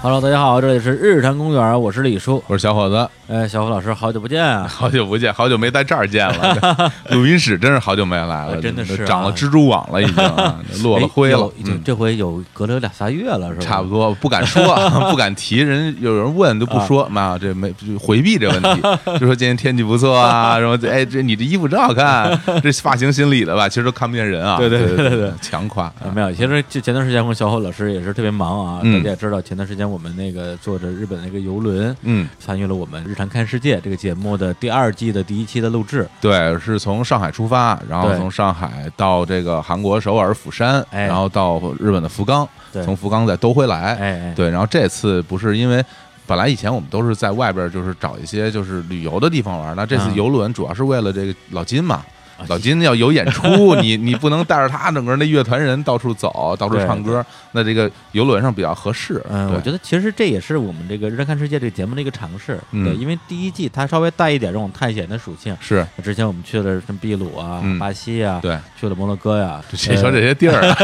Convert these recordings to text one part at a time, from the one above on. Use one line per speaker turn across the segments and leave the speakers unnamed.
Hello，大家好，这里是日坛公园，我是李叔。
我是小伙子，
哎，小虎老师，好久不见啊！
好久不见，好久没在这儿 见了。这录音室真是好久没来了，
哎真的是啊
长了蜘蛛网了，已 经啊落了灰
哎
了
有。
嗯
这回有隔了俩仨月了，是吧？
差不多不敢 说，不敢提，人有人问就不
啊
说，妈这没就回避这问题，就说今天天气不错啊，什么哎这你这衣服真好看，这发型新理的吧，其实都看不见人啊，
对对
对
对对对
强夸啊，
啊没有，其实就前段时间我小虎老师也是特别忙啊，
嗯
大家也知道，前段时间我们那个坐着日本那个游轮，
嗯，
参与了我们《日常看世界》这个节目的第二季的第一期的录制。
对，是从上海出发，然后
对
从上海到这个韩国首尔、釜山，
哎
然后到日本的福冈，
对
从福冈再兜回来，
哎哎，
对，然后这次不是因为本来以前我们都是在外边儿就是找一些就是旅游的地方玩儿，那这次
嗯
游轮主要是为了这个老金嘛。
啊
老金要有演出，你你不能带着他整个那乐团人到处走，到处
对
唱歌，那这个游轮上比较合适。
嗯，我
对，
觉得其实这也是我们这个《日常看世界》这个节目的一个尝试，
嗯
对，因为第一季它稍微带一点这种探险的属性。
是
之前我们去了什么秘鲁啊、
嗯
巴西啊，
对，
去了摩洛哥呀、
这说这些地儿啊，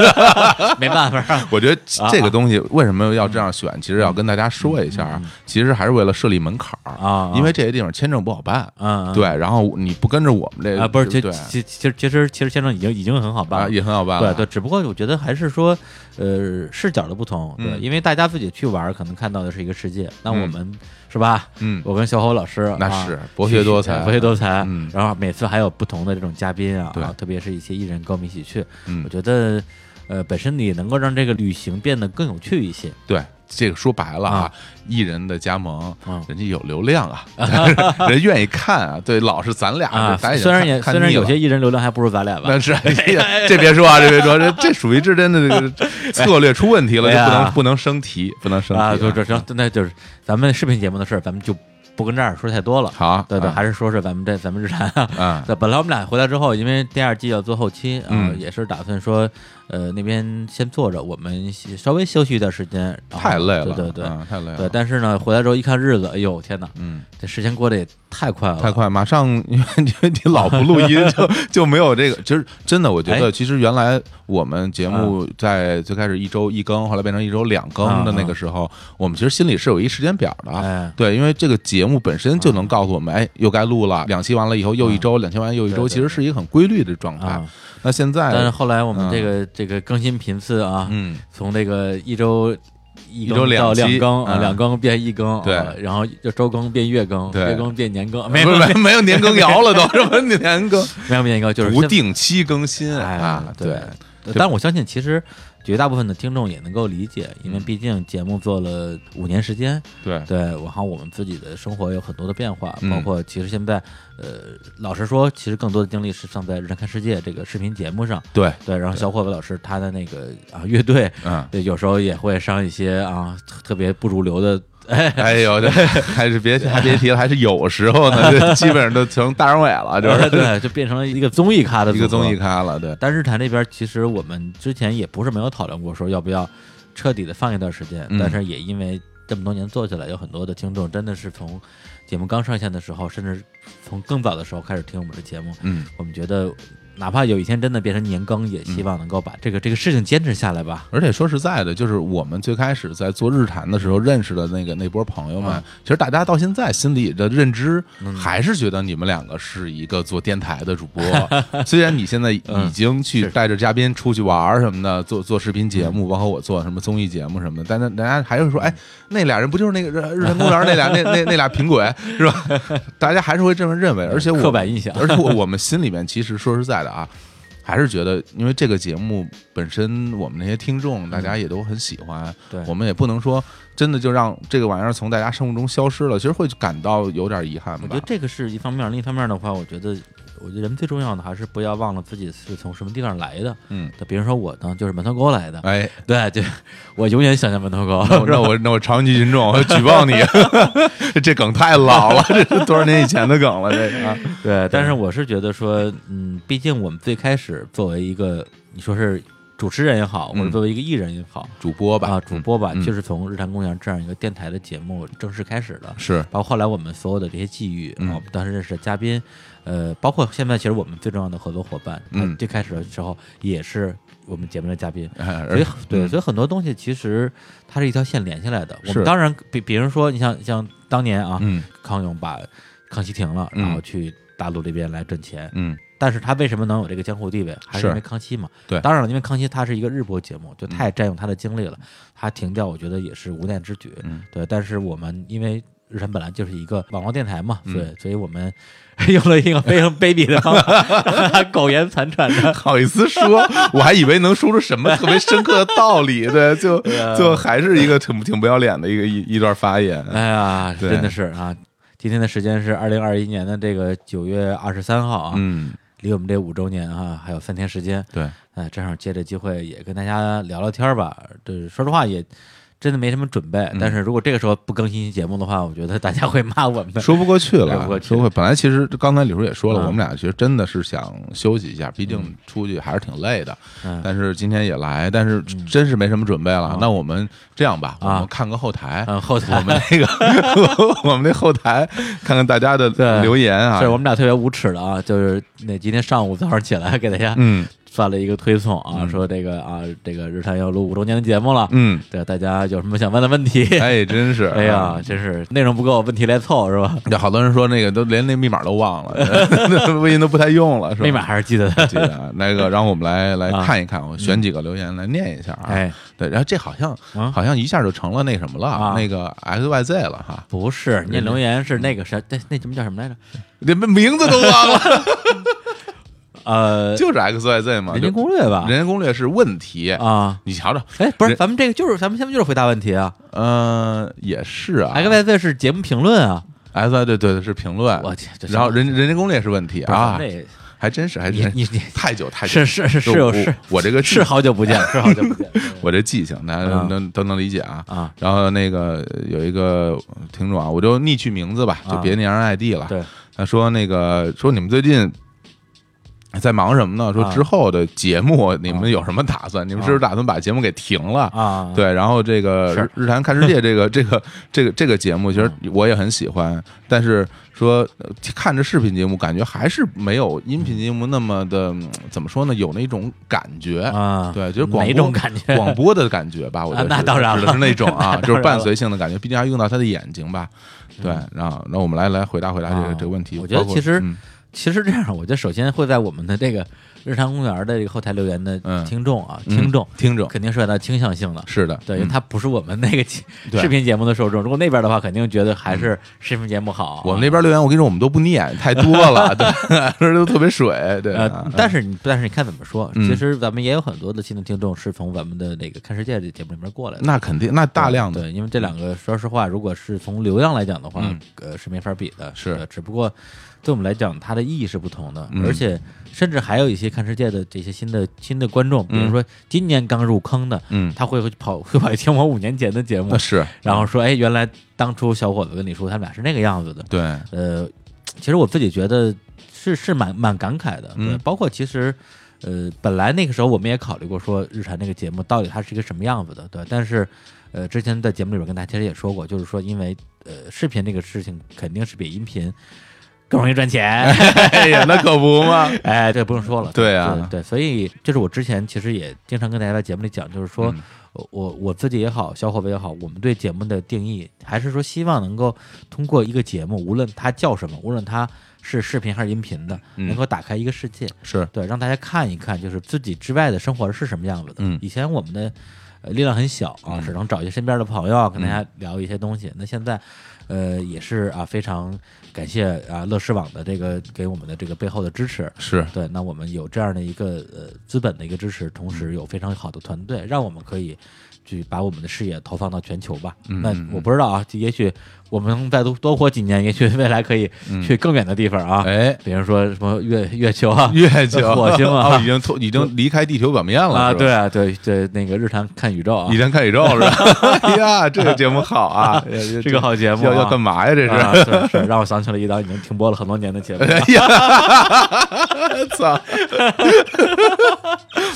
呃没办 法啊，
我觉得这个东西为什么要这样选，其实要跟大家说一下
嗯嗯嗯，
其实还是为了设立门槛儿，
啊，
因为这些地方签证不好办。
嗯，嗯
对，然后你不跟着我们这个
啊，不是，其
对
其其其实其实签证已经已经很好办
啊
了，
也很好办
对
了。
对，只不过我觉得还是说，呃，视角的不同，对，
嗯
因为大家自己去玩儿，可能看到的是一个世界，那我
嗯
们、是吧？
嗯，
我跟小侯老师
那
啊
是博学多才
博学多才。
嗯
然后每次还有不同的这种嘉宾啊，
对
啊特别是一些艺人跟我们一起去，
嗯
我觉得。呃，本身也能够让这个旅行变得更有趣一些。
对，这个说白了
啊
啊，艺人的加盟
嗯，
人家有流量啊， 人愿意看啊。对，老是咱俩，
啊，
咱
虽然也
看
虽然有。
看腻
些
了
艺人流量还不如咱俩吧
但，是，哎呀这别说啊，这别说，这这属于这真的这个策略出问题了，
哎
就
呀
不能不能升题，不能升题
啊，
啊。
就这行，那就是咱们视频节目的事儿，咱们就不跟这儿说太多了。
好，
对对，
啊
还是说是咱们这咱们日常啊。
啊，
对，本来我们俩回来之后，因为第二季要做后期啊，
嗯
也是打算说，呃，那边先坐着，我们先稍微休息一段时间。然后
太累了，
对对对
啊，太累了，
对。但是呢，回来之后一看日子，哎呦天哪，
嗯，
这时间过得也太快了，
太快，马上 因为因为你老不录 音，就就没有这个。其实真的，我觉
哎啊
得其实原来我们节目在最开始一周一更，后来变成一周两更的那个时候，我们其实心里是有一时间表的。
哎，
对，因为这个节目本身就能告诉我们，哎，又该录了，两期完了以后又一周，两期完了又一周，
啊对对
其实是一个很规律的状态
啊。
那现
但是
在，
后来我们这个、这个更新频次啊，
嗯，
从这个一周。一
一周
更
两
到两
期
更啊，
嗯
两更变一更，
对
啊然后就周更变月更，
对
月更变年更， 没
没
有
没没有年更摇了，都什么 年更，
没有年更，就是
不
现
定期更新
哎
啊，对，
对
对
但我相信其实绝大部分的听众也能够理解，因
嗯
为毕竟节目做了五年时间，
对，
对，然后我们自己的生活有很多的变化，
嗯
包括其实现在，呃，老实说，其实更多的精力是放在《日常看世界》这个视频节目上，
对，
对，然后小伙子老师他的那个啊乐队，
嗯。
对，有时候也会上一些啊特特别不主流的， 哎，
哎呦，这还是别还别提了，还是有时候呢，这基本上都成大张伟了，就 是
对，就变成了一个综艺咖的
一个
组合
综艺咖了。对，
但日坛这边其实我们之前也不是没有讨论过，说要不要彻底的放一段时间，
嗯
但是也因为这么多年做下来，有很多的听众真的是从节目刚上线的时候，甚至从更早的时候开始听我们的节目，
嗯，
我们觉得。哪怕有一天真的变成年更，也希望能够把这个、这个事情坚持下来吧。
而且说实在的，就是我们最开始在做日坛的时候认识的那个那波朋友们
嗯，
其实大家到现在心里的认知嗯还是觉得你们两个是一个做电台的主 播，虽然你现在已经去
是
带着嘉宾出去玩儿什么的，做做视频节目，包括我做什么综艺节目什么的，但是大家还是说，哎，那俩人不就是那个 日日坛公园那俩那那那俩贫鬼是吧？ 大家还是会这么认为，而且我
嗯 刻板印象，
而且我我们心里面其实说实在的啊，还是觉得，因为这个节目本身，我们那些听众大家也都很喜欢，
对
我们也不能说真的就让这个玩意儿从大家生活中消失了，其实会感到有点遗憾
我觉
吧
得。这个是一方面，另一方面的话，我觉得，我觉得人最重要的还是不要忘了自己是从什么地方来的。
嗯，
对比如说我呢，就是门头沟来的，
哎，
对对， 我永远想念门头沟。
那我那我那我长期群众，我举报你， 这梗太老了，这是多少年以前的梗了，这个啊
对，但是我是觉得说，嗯，毕竟我们最开始作为一个你说是主持人也好，或者
嗯
作为一个艺人也好，
主播吧，
啊，主播吧，
嗯
就是从日坛公园这样一个电台的节目正式开始的。
是
包括后来我们所有的这些际遇，
嗯
啊我们当时认识的嘉宾，呃，包括现在其实我们最重要的合作伙伴，他
嗯
最开始的时候也是我们节目的嘉宾，
哎
所以
而
对，
嗯
所以很多东西其实它是一条线连下来的。我
是
们当然，比比如说，你像像当年啊，
嗯
康永把康熙停了，
嗯
然后去大陆这边来挣钱，
嗯
但是他为什么能有这个江湖地位，还是
是
因为康熙嘛？
对嗯
当然了，因为康熙他是一个日播节目，就太占用他的精力了，他停掉，我觉得也是无奈之举。
嗯
对，但是我们因为。日产本来就是一个网络电台嘛，
嗯
所以所以我们用了一个非常卑鄙的方 法，苟延残喘的
好意思说，我还以为能说出什么特别深刻的道理，对， 就
呀
就还是一个挺挺不要脸的一个一一段发言，
啊哎呀，
对
真的是啊！今天的时间是二零二一年的这个九月二十三号啊，
嗯，
离我们这五周年啊还有三天时间，
对，
哎，正好借着机会也跟大家聊聊天儿吧。这说实话也真的没什么准备，
嗯
但是如果这个时候不更新节目的话，我觉得大家会骂我们的。
说不过去了，
说不过去
过本来其实刚才李叔也说了，
嗯
我们俩其实真的是想休息一下，毕竟出去还是挺累的。
嗯
但是今天也来，但是真是没什么准备了。那我们这样吧，我
啊
们看个后台，
嗯，后
我
台
们啊那个我们那后台看看大家的
对
留言啊
是。我们俩特别无耻的啊，就是那今天上午早上起来给大家
嗯
发了一个推送啊，说这个啊这个日坛要录五周年的节目了，
嗯，
对大家有什么想问的问题？
哎，真是，
哎呀，。真是内容不够，问题来凑是吧？
这好多人说那个都连那密码都忘了，微信都不太用了，是吧？
密码还是记得的。
记得啊那个，然后我们来来
啊
看一看，我选几个留言来念一下啊。
哎，
对，然后这好像、
啊
好像一下就成了那什么了，
啊
那个 X Y Z 了哈，
不是，念留言
嗯
是那个啥，那那什么叫什么来着？
连名字都忘了，
呃，
就是 X Y Z 嘛。
人间
啊就
攻略吧？
人家攻略是问题，
啊，
你瞧瞧，
哎，不是，
人
咱们这个就是咱们现在就是回答问题啊。
呃，也是啊
X Y Z 是节目评论啊，
，X Y 对对对是评论，
我去这
然后人人家攻略是问题啊
不，是
还真是还
那
真
你
是
你你
太久太久
是是是
就是
有
我
是
我这个记
是好久不见，是好久不 见
我这记性，大家
啊
能能都能理解啊。
啊。
然后那个有一个听众啊，我就逆去名字吧，就
啊
别那样 ID 了。
对，
他说那个说你们最近在忙什么呢？说
啊哦
之后的节目你们有什么打算？你们是不是打算把节目给停了？
啊，
对，然后这个
是嗯
日日坛看世界这个这个这个这个节目，其实我也很喜欢，但是说呃看着视频节目，感觉还是没有音频节目那么的嗯怎么说呢？有那种感觉
啊，
对，就是广
哪
播
种感觉？
广播的感觉吧，我觉得
啊那
是
当然
指的
了
是那种啊，
那当然了
就是伴随性的感觉，毕竟还用到他的眼睛吧。对
嗯，
然后，那我们来来回答回答这个
啊
这个问题。
我觉得
包括
其实
嗯
其实这样，我觉得首先会在我们的这个日常公园的这个后台留言的
嗯
听众啊，
嗯
听众
听众
肯定是有它的倾向性的。
是的，
对，因为
嗯
它不是我们那个节
对嗯
视频节目的受众，如果那边的话，肯定觉得还是视频节目好啊。
我们那边留言，我跟你说，我们都不念，太多 了，对，都特别水，对啊
呃，。但是你但是你看怎么说，
嗯
其实咱们也有很多的新的听众是从咱们的那个看世界的节目里面过来的。
那肯定，那大量的
对，因为这两个，说实话，如果是从流量来讲的话，
嗯
呃，是没法比的。
是
呃只不过对我们来讲，它的意义是不同的，
嗯
而且甚至还有一些看世界的这些新的新的观众，比如
嗯
说今年刚入坑的，
嗯
他会跑 会跑去听我五年前的节目
那，是
然后说，哎，原来当初小伙子跟李叔他们俩是那个样子的。
对，
呃，其实我自己觉得是是蛮蛮感慨的，对
嗯
包括其实呃，本来那个时候我们也考虑过说日产这个节目到底它是一个什么样子的，对，但是呃，之前在节目里边跟大家其实也说过，就是说因为呃，视频这个事情肯定是比音频更容易赚钱，
哎呀，那可不嘛，
哎，这不用说了，
对啊
对，对所以就是我之前其实也经常跟大家在节目里讲，就是说。
嗯
我我我自己也好，小伙子也好，我们对节目的定义还是说希望能够通过一个节目，无论它叫什么，无论它是视频还是音频的，
嗯
能够打开一个世界，
是
对，让大家看一看，就是自己之外的生活是什么样子的。
嗯
以前我们的呃力量很小啊，
嗯
只能找一些身边的朋友啊跟大家聊一些东西。那现在，呃，也是啊，非常感谢啊乐视网的这个给我们的这个背后的支持。
是，
对，那我们有这样的一个呃资本的一个支持，同时有非常好的团队，让我们可以去把我们的视野投放到全球吧。
嗯
那
嗯
我不知道啊，就也许我们再多多活几年，也许未来可以
嗯
去更远的地方啊，
哎，
比如说什么月月球啊，
月 球、
火星啊
哦已经 脱已经离开地球表面了
啊，
是吧
对啊，对对，那个日常看宇宙啊
倚，天看宇宙是 吧？哎呀，这个节目好啊，
这个好节目啊
要要干嘛呀？这
啊
是，
对是让我想起了一档已经停播了很多年的节目。
哎呀， 操！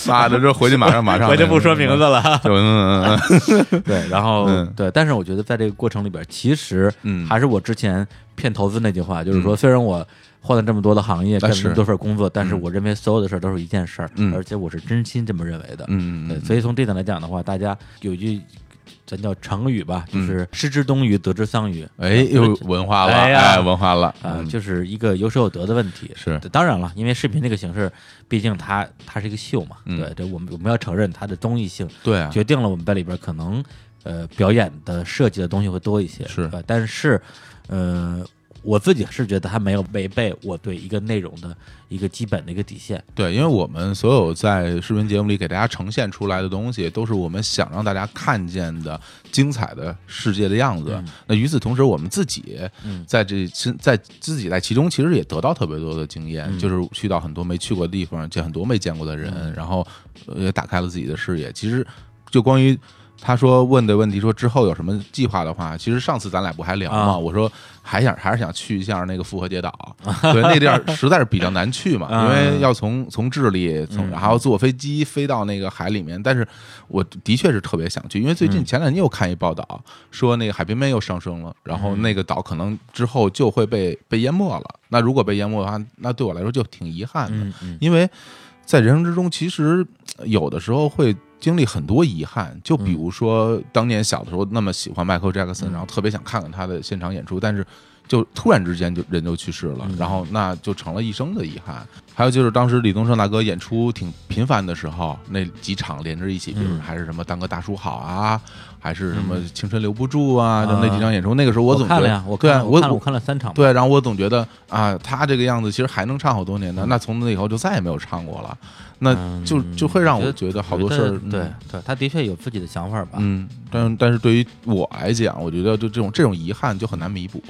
妈的，这回去马上马上，
我就不说名字了。
就。嗯嗯 嗯
对，然后、
嗯
对，但是我觉得在这个过程里边，其实
嗯
还是我之前骗投资那句话，就是说，虽然我换了这么多的行业，干了这么
啊是
多份工作，但是我认为所有的事儿都是一件事儿，
嗯
而且我是真心这么认为的。
嗯嗯
对，
嗯，
所以从这点来讲的话，大家有一句咱叫成语吧，就是“失之东隅，得之桑榆”。
嗯哎，又文化了，
哎呀
哎，文化了，
啊，
嗯
就是一个有舍有得的问题。
是
当然了，因为视频这个形式，毕竟它它是一个秀嘛，
嗯
对，这我们我们要承认它的综艺性，
对啊，
决定了我们在里边可能呃表演的设计的东西会多一些，
是
对但是呃，我自己是觉得它没有违背我对一个内容的一个基本的一个底线，
对，因为我们所有在视频节目里给大家呈现出来的东西，都是我们想让大家看见的精彩的世界的样子。那与此同时，我们自己
嗯
在这身在自己在其中，其实也得到特别多的经
嗯
验，就是去到很多没去过的地方，见很多没见过的人，然后呃也打开了自己的视野。其实就关于。他说问的问题说之后有什么计划的话，其实上次咱俩不还聊吗？
啊
我说还想还是想去一下那个复活节岛，对，那地儿实在是比较难去嘛，因为要从从智利，从然后坐飞机飞到那个海里面。但是我的确是特别想去，因为最近前两天又看一报道，说那个海平面又上升了，然后那个岛可能之后就会被被淹没了。那如果被淹没的话，那对我来说就挺遗憾的，
嗯嗯
因为在人生之中，其实呃有的时候会。经历很多遗憾，就
嗯
比如说当年小的时候那么喜欢迈克尔·杰克森，然后特别想看看他的现场演出，但是就突然之间就人就去世了，
嗯
然后那就成了一生的遗憾。还有就是当时李宗盛大哥演出挺频繁的时候，那几场连着一
嗯
起，比如还是什么当个大叔好啊，还是什么青春留不住啊，就那几场演出，那个时候
我
总觉
看了
得
呀，我
对
看
啊
了
我
看了我看了三场，，
对，然后我总觉得啊，他这个样子其实还能唱好多年呢。那从那以后就再也没有唱过了，那就就会让嗯我觉得好多事儿，
对
嗯
对，他的确有自己的想法吧，
嗯，但但是对于我来讲，我觉得就这种这种遗憾就很难弥补。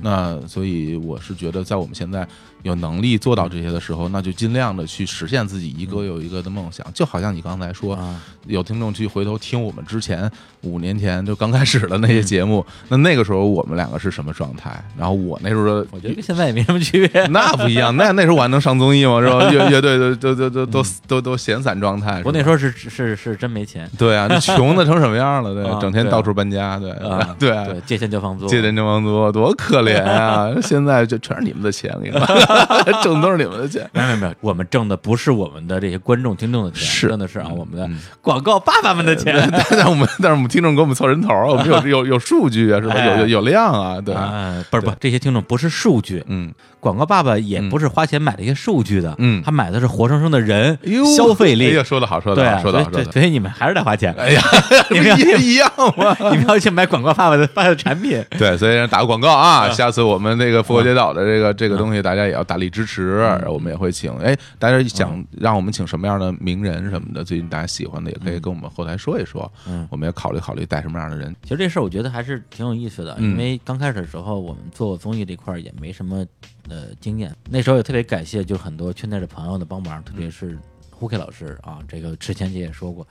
那所以我是觉得，在我们现在有能力做到这些的时候，那就尽量的去实现自己一个又一个的梦想。就好像你刚才说，
啊，
有听众去回头听我们之前五年前就刚开始的那些节目，那那个时候我们两个是什么状态？然后我那时候的
我觉得跟现在也没什么区 别。
那不一样，那那时候我还能上综艺吗？是吧？乐乐队都都都都都都都闲散状态。
嗯
是吧
我那时候是是是真没钱
对啊，那穷的成什么样了？对
啊
啊，整天
对啊
到处搬家，对，
啊
对啊
对，借钱就房租，
借钱就房租，多可怜 啊！现在就全是你们的钱，我跟你说， 挣都是你们的 钱。
没有没有没有，我们挣的不是我们的这些观众听众的钱，
是嗯
挣的是啊我们的广告爸爸们的钱。
但但是我们但是我们听众给我们凑人头儿，我们有有有数据啊，是吧？有有有量啊，对，
哎啊，不是不是，这些听众不是数据，
嗯，
广告爸爸也不是花钱买这些数据的，
嗯
他买的是活生生的人
哎呦，
消费
哎
力
呀，，说的好，说
对
的
啊，
好，说
所
的
以
好，
对
说的好，
所以你们还是得花钱，
哎呀，
你们要
不是一一样吗？
你们要去买广告爸爸的 发的产品，
对，所以打个广告啊，
嗯
下次我们这个复活节岛的这个这个东西，大家也要大力支持，
嗯
我们也会请。哎，大家想让我们请什么样的名人什么的，最近大家喜欢的也可以跟我们后台说一说，
嗯
我们也考虑考虑带什么样的人。
其实这事儿我觉得还是挺有意思的，
嗯
因为刚开始的时候我们做综艺这块儿也没什么呃经验，那时候也特别感谢就是很多圈内的朋友的帮忙，
嗯
特别是胡 K 老师啊，这个之前姐也说过，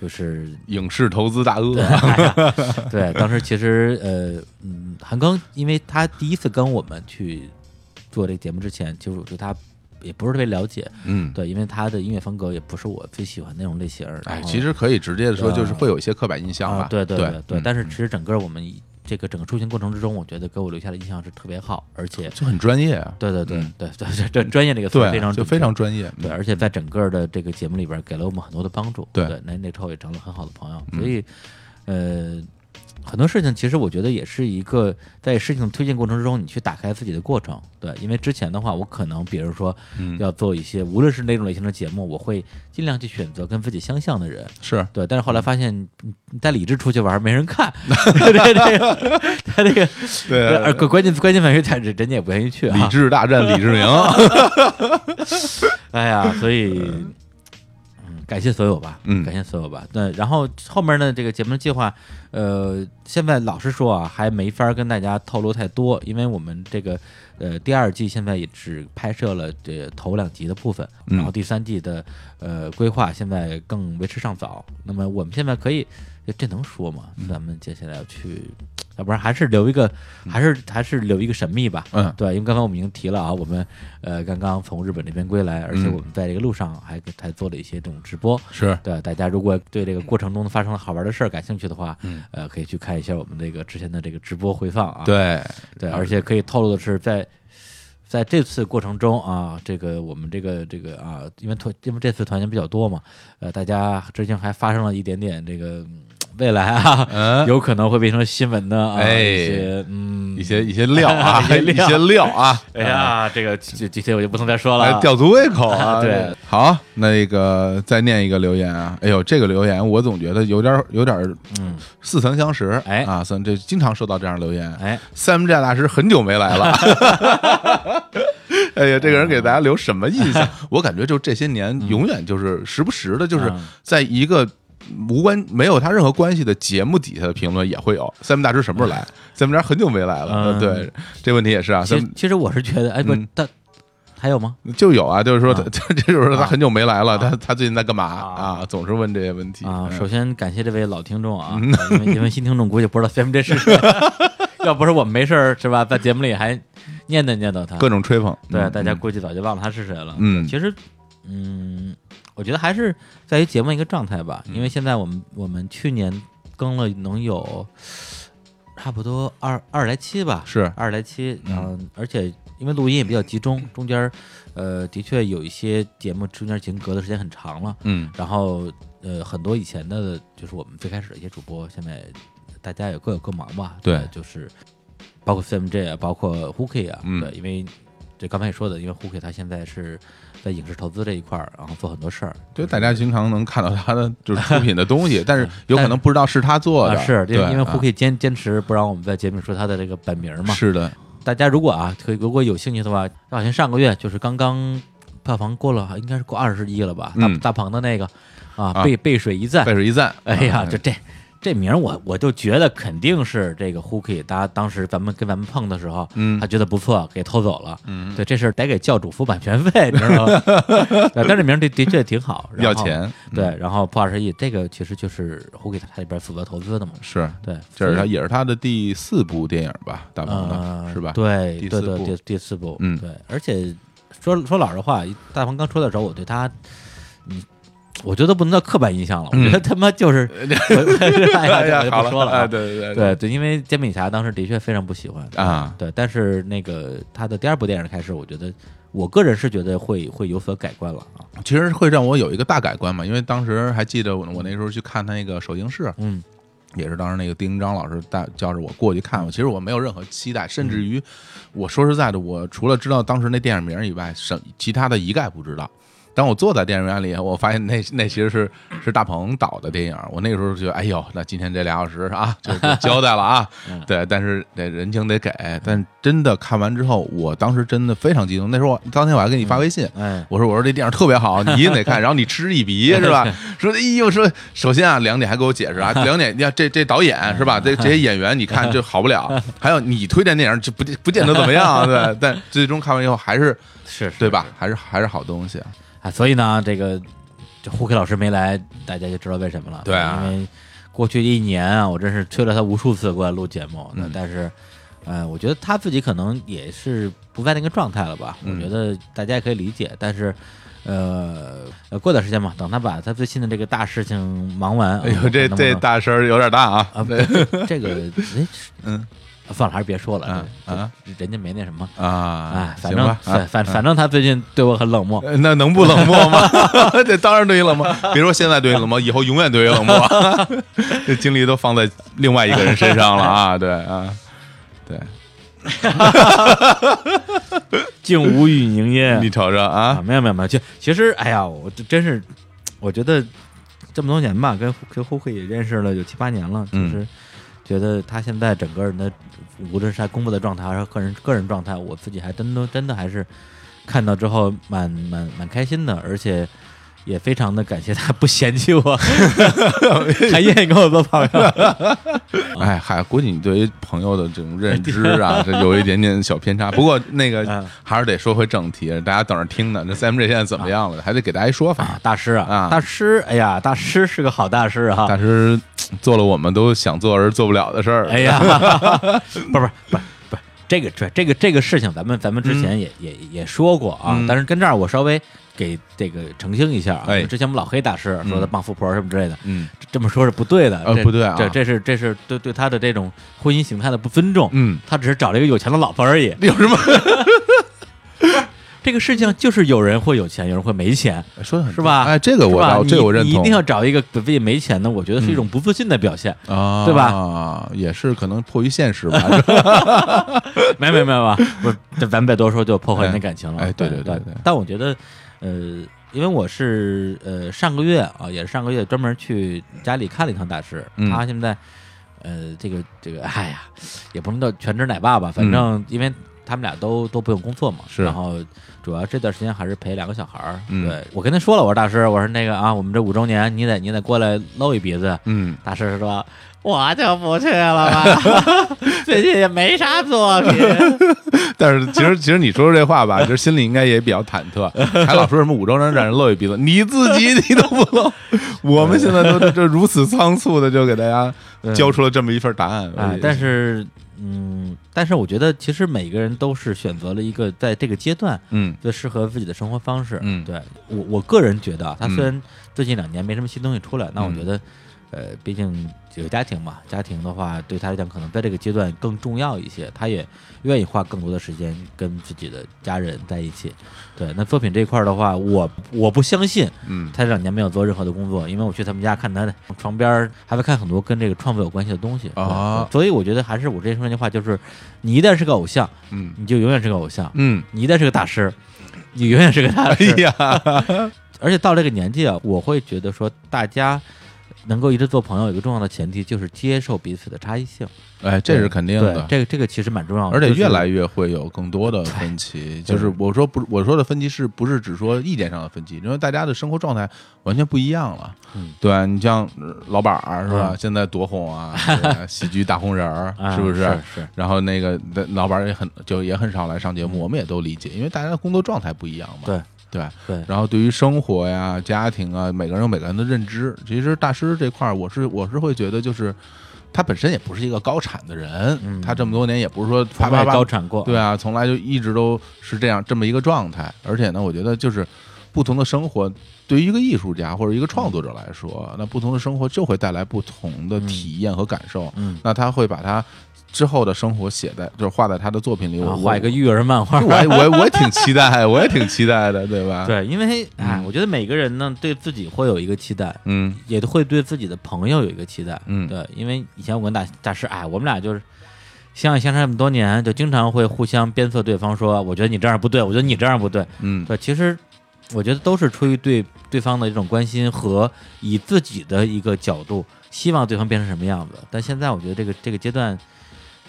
就是
影视投资大鳄，
对，当时其实呃，嗯，韩庚，因为他第一次跟我们去做这个节目之前，其实我对他也不是特别了解，
嗯，
对，因为他的音乐风格也不是我最喜欢那种类型儿。
哎
然，后
其实可以直接的说，
对
就是会有一些刻板印象吧
嗯啊，，对
对
对对，
嗯
但是其实整个我们一这个整个出行过程之中，我觉得给我留下的印象是特别好，而且
就很专业啊，
对对对
嗯
对对对， 这专业这个词
对，
非常
就
准
非
确
常专业，
对，而且在整个的这个节目里边给了我们很多的帮助。
对嗯
那那之后也成了很好的朋友，所以，呃，很多事情其实我觉得也是一个在事情推进过程之中，你去打开自己的过程。对，因为之前的话，我可能比如说
嗯
要做一些，无论是哪种类型的节目，我会尽量去选择跟自己相像的人。
是。
对，但是
嗯
后来发现，你你带理智出去玩没人看， 这个 他这个，
对
而关键关键反正他人家也不愿意去啊，
理 智大战李志明，
哎呀，所以，嗯，感谢所有吧，
嗯
感谢所有吧。那然后后面呢，这个节目计划，呃，现在老实说啊，还没法跟大家透露太多，因为我们这个呃第二季现在也只拍摄了这头两集的部分，
嗯
然后第三季的呃规划现在更为时尚早。那么我们现在可以，这这能说吗？
嗯
咱们接下来要去，要不然还是留一个，还是还是留一个神秘吧。
嗯
对，因为刚刚我们已经提了啊，我们呃刚刚从日本这边归来，而且
嗯
我们在这个路上还给还做了一些这种直播。
是
对，大家如果对这个过程中发生的好玩的事儿感兴趣的话，
嗯，
呃，可以去看一下我们这个之前的这个直播回放啊。
对，
对，而且可以透露的是在。在这次过程中啊，这个我们这个这个啊，因为团因为这次团员比较多嘛，呃，大家之前还发生了一点点这个嗯未来啊，
嗯
有可能会变成新闻的啊，
哎
一些嗯
一些一些料啊，
一些
一
料
些料啊，
哎呀，这个这这些我就不能再说
来
了。
哎吊足胃口啊！
对，
好，那个再念一个留言啊！哎呦，这个留言我总觉得有点有点
嗯，
似曾相识，
哎
啊，算这经常收到这样的留言。
哎，
Sam 战大师很久没来了， 哎呀，这个人给大家留什么 印象？我感觉就这些年，永远就是时不时的，就是
嗯
在一个。无关没有他任何关系的节目底下的评论也会有。Sam 大师什么时候来？Sam 大师很久没来了。
嗯
对，这问题也是啊。
其
Sam
实其实我是觉得，哎，不
嗯，
但还有吗？
就有啊，就是说他
啊
他这 就是说他很久没来了，他他最近在干嘛
啊
啊？总是问这些问题
啊，
嗯
首先感谢这位老听众啊，因为因为新听众估计不知道 Sam 这是 谁，要不是我们没事儿是吧，在节目里还念叨念叨他，
各种吹捧，
对，
嗯
大家估计早就忘了他是谁了。
嗯
其实，嗯，我觉得还是在于节目一个状态吧，
嗯
因为现在我们我们去年更了能有差不多二二十来期吧，
是嗯
二十来期，然后而且因为录音也比较集中，中间儿呃的确有一些节目中间已经隔的时间很长了，
嗯
然后呃很多以前的，就是我们最开始的一些主播，现在大家也各有各忙吧，
对
呃就是包括 CMJ 啊，包括 Hooky 啊，
嗯
对，因为这刚才也说的，因为 Hooky 他现在是在影视投资这一块儿，然后做很多事儿，啊
对，大家经常能看到他的就是出品的 东西，但是有可能不知道是他做
啊
的，
是因为
对
因为
啊
Hooky 坚坚持不让我们在节目里说他的这个本名嘛，
是 的，
大家如果啊，可以如果有兴趣的话，好像上个月就是刚刚票房过了，应该是过二十亿了吧？大、
嗯
大鹏的那个啊，
啊
背背水一战，
背水一战。
哎
啊
呀，这这这名儿我我就觉得肯定是这个 Hooky，他当时咱们跟咱们碰的时候，
嗯
他觉得不错，给偷走了。嗯，对，这事儿得给教主付版权费，你知道 吗？对，但这名儿的的确挺好，然
要
后。
钱嗯
对，然后破二十亿，这个其实就是 Hooky 他里边负责投资的嘛。
是，
对，
这是
所
他
以
也是他的第四部电影吧，大鹏
呃，
的是吧？
对，
第
对
四
对
部
第第四部，
嗯
对，而且说说老实话，大鹏刚出来的时候，我对他，嗯，我觉得不能叫刻板印象了，我觉得他妈就是， 我哎呀，我就
好
不说了
嗯 哎，
啊，
对对
对对，因为煎饼侠当时的确非常不喜欢，
啊，
对，但是那个他的第二部电影开始，我觉得我个人是觉得会会有所改观了啊，
其实会让我有一个大改观嘛，因为当时还记得我我那时候去看他那个首映式，
嗯
也是当时那个丁张老师带叫着我过去看，我其实我没有任何期待，甚至于我说实在的，我除了知道当时那电影名以外，什其他的一概不知道。当我坐在电影院里，我发现那那其实是是大鹏导的电影，我那个时候就觉得，哎呦，那今天这俩小时啊，就就交代了啊
嗯，
对，但是得人情得给，但真的看完之后，我当时真的非常激动，那时候我当天我还给你发微信，
哎，
我说我说这电影特别好，你一定得 看，然后你嗤一鼻是吧？说哎呦说，首先啊，两点还给我解释啊，两点呀这这导演是吧？这这些演员你看就好不了，还有你推荐电影就不不见得怎么样啊，对，但最终看完以后还是
是
对吧？还是还是好东西，
啊，所以呢，这个这胡 K 老师没来，大家就知道为什么了。
对啊
因为过去一年啊，我真是催了他无数次过来录节目，那
嗯
但是。呃，我觉得他自己可能也是不在那个状态了吧，我
嗯
觉得大家也可以理解。但是，呃，呃过段时间吧，等他把他最新的这个大事情忙完，啊
哎呦这
能不
这
能
大声儿有点大啊，
啊，不
对
这 个哎，
嗯
啊算了，还是别说了，
嗯啊
这，人家没那什么，
啊
哎，，反
行
正
吧啊
反。反反正他最近对我很冷漠，
呃那能不冷漠吗？ 这当然对你冷漠，别说现在对你冷漠，以后永远对你冷漠。 这精力都放在另外一个人身上了啊！对啊，对，
竟无语凝噎。
你瞅着
啊，
啊，
没有没有没有，其其实哎呀，我这真是，我觉得这么多年吧，跟胡跟胡慧也认识了有七八年了，就
嗯
是觉得他现在整个人的，无论是他工作的状态还是个人个人状态，我自己还真的真的还是看到之后蛮蛮蛮开心的，而且也非常的感谢他不嫌弃 我，还愿意跟我做朋友。啊
哎，嗨，估计你对于朋友的这种认知 啊，是有一点点小偏差。不过那个
嗯
还是得说回正题，大家等着听呢。这 Sam 这现在怎
啊
么样了？还得给大家一说法。
大师啊
啊，
大师，哎呀，大师是个好大师啊哈、
大师做了我们都想做而做不了的事儿。
哎呀， 不是不是不是，这个这这个这个事情，咱们咱们之前也、也也说过啊，
嗯
但是跟这儿我稍微给这个澄清一下啊，
哎
之前我们老黑大师说他傍富婆什么之类的，
嗯
这这么说是不对的，
呃
这
不对啊
这这是这是对对他的这种婚姻形态的不尊重，
嗯，
他只是找了一个有钱的老婆而已。
有什么
这个事情就是有人会有钱，有人会没钱，
说的很
是吧？
哎，这个
是
我
吧
倒，这个我
你
认
你一
同嗯
定要找一个比自己没钱的，我觉得是一种不自信的表现。
啊，
对
吧？也是可能迫于现实吧。
没有没有没有，不，这咱别多说，就破坏你的感情了。
哎哎对
对
对对对
但我觉得，呃，因为我是呃上个月啊，也是上个月专门去家里看了一趟大师，
嗯
他现在呃这个这个，哎呀，也不能叫全职奶爸吧，反正因为他们俩都都不用工作嘛，
是
然后主要这段时间还是陪两个小孩儿。
嗯
对我跟他说了，我说大师，我说那个啊，我们这五周年，你得你得过来搂一鼻子。
嗯，
大师说：“我就不去了 吧，最近也没啥作品。
但是其实其实你说出这话 吧，其实心里应该也比较忐忑，还老说什么五周年让人露一鼻子，你自己你都不 露，我们现在都这这如此仓促的就给大家交出了哎这么一份答案
嗯啊，但是，嗯，但是我觉得其实每个人都是选择了一个在这个阶段
嗯
最适合自己的生活方式。
嗯
对我我个人觉得啊，他
嗯
虽然最近两年没什么新东西出来，那我
嗯
觉得，呃，毕竟有家庭嘛，家庭的话对他来讲可能在这个阶段更重要一些，他也愿意花更多的时间跟自己的家人在一起。对，那作品这一块儿的话，我我不相信
嗯
他这两年没有做任何的工作，因为我去他们家看他的床边儿，还会看很多跟这个创作有关系的东西
啊
对所以我觉得还是我之前说那句话，就是你一旦是个偶像，
嗯
你就永远是个偶像；
嗯，
你一旦是个大师，你永远是个大
哎
师。
呀，
而且到这个年纪啊，我会觉得说，大家能够一直做朋友，有一个重要的前提就是接受彼此的差异性。
哎，这是肯定
对
的，。
这个这个其实蛮重要的，
而且
就是
越来越会有更多的分歧，就是我说不，我说的分歧是不是只说意见上的分歧？因为大家的生活状态完全不一样了。
嗯
对啊你像呃老板儿是吧？
嗯
现在多 红啊，对啊喜剧大红人儿
啊
是不
是？是
然后那个那老板儿也很就也很少来上节目，我们也都理解，因为大家的工作状态不一样嘛。
嗯对
对。
对，
然后对于生活呀、家庭啊，每个人有每个人的认知。其实大师这块儿，我是我是会觉得，就是他本身也不是一个高产的人，
嗯
他这么多年也不是说啪
从
啪
来
啪
高产过，
对啊，从来就一直都是这样这么一个状态。而且呢，我觉得就是不同的生活，对于一个艺术家或者一个创作者来说，那不同的生活就会带来不同的体验和感受。
嗯，
那他会把他之后的生活写在，就是画在他的作品里。
然
我
后啊画 一个育儿漫画
我，我我我也挺期待，我也挺期待的，对吧？，
对，因为哎，
啊嗯
我觉得每个人呢对自己会有一个期待，
嗯
也会对自己的朋友有一个期待。
嗯
对，因为以前我跟大大师，哎，我们俩就是相爱相杀这么多年，就经常会互相鞭策对方说，我觉得你这样不对，我觉得你这样不对。
嗯
对，其实我觉得都是出于对对方的一种关心和以自己的一个角度，希望对方变成什么样子。但现在我觉得这个这个阶段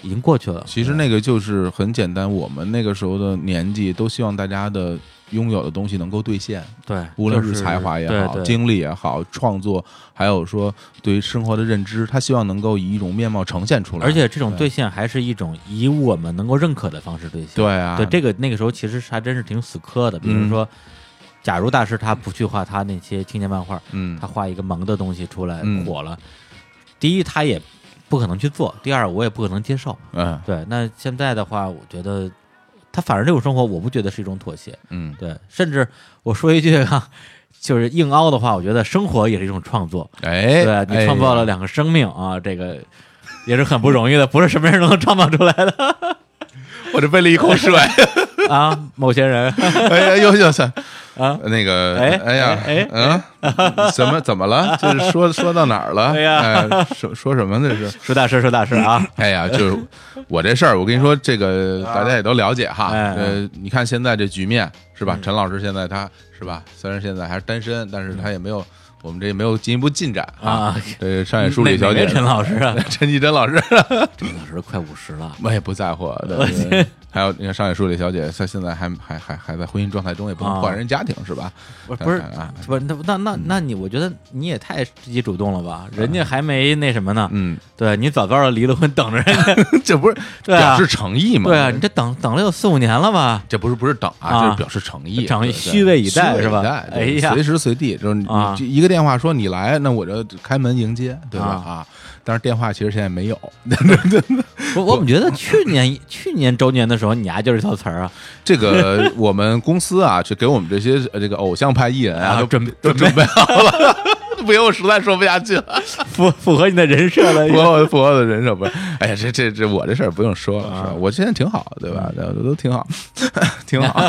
已经过去了。
其实
对
那个就是很简单，我们那个时候的年纪都希望大家的拥有的东西能够兑现，
对，
无论
就是
才华也好，
对对
经历也好，创作，还有说对于生活的认知，他希望能够以一种面貌呈现出来。
而且这种兑现还是一种以我们能够认可的方式兑现。
对啊，
对，这个那个时候其实是还真是挺死磕的。比如
嗯
说，假如大师他不去画他那些青年漫画，
嗯
他画一个萌的东西出来
嗯
火了，第一他也不可能去做，第二我也不可能接受。
嗯
对，那现在的话，我觉得他反正这种生活，我不觉得是一种妥协。
嗯，
对，甚至我说一句啊，就是硬凹的话，我觉得生活也是一种创作。
哎，
对啊你创造了两个生命啊，这个也是很不容易的，不是什么人都能创造出来 的
哎呀，我这背了一 口水，
啊。某些人，
哎呀，又又是
啊，
那个，
哎
哎呀，
哎
嗯，什么怎么了？就是说说到哪儿了？
哎呀
哎，说说什么这是？
说大师，说大师啊，
哎呀，就是我这事儿，我跟你说，这个大家也都了解哈。
哎嗯
呃，你看现在这局面是吧？陈老师现在他是吧？虽然现在还是单身，但是他也没有我们这没有进一步进展
啊
对，上野梳理小
哪
姐
哪个，陈老师啊，
陈绮贞老 师，
陈老师快五十了，
我也不在乎。啊对
我
对对还有你看上野梳理小姐，她现在还还还还在婚姻状态中，也不能
啊
换人家庭是吧？
不是不是
看看啊
不是那那那那你我觉得你也太积极主动了吧？人家还没那什么呢，
嗯，
对你早早的离了婚，等着 人家，
这不是
对啊
表示诚意吗？
对啊，你这等等了有四五年了吧？
这不是不是等啊，
啊
就是表示诚意，
诚意
对对
虚位以待
虚位
是吧
待对
哎呀
随时随地就是你
啊
就一个电话说你来，那我就开门迎接，对吧？
啊
啊，但是电话其实现在没有，
我我怎么觉得去年去年周年的时候，你丫就是这套词儿啊？
这个我们公司啊，就给我们这些呃这个偶像派艺人啊，
啊
都
准备
都准备好了。 不行，我实在说不下 去了。
符符合你的人设了已
符
经，
合我符合我的人设不是？哎呀，这这这，我这事儿不用说了，
啊嗯
是吧？我现在挺好，对吧？都都挺好， 挺 好。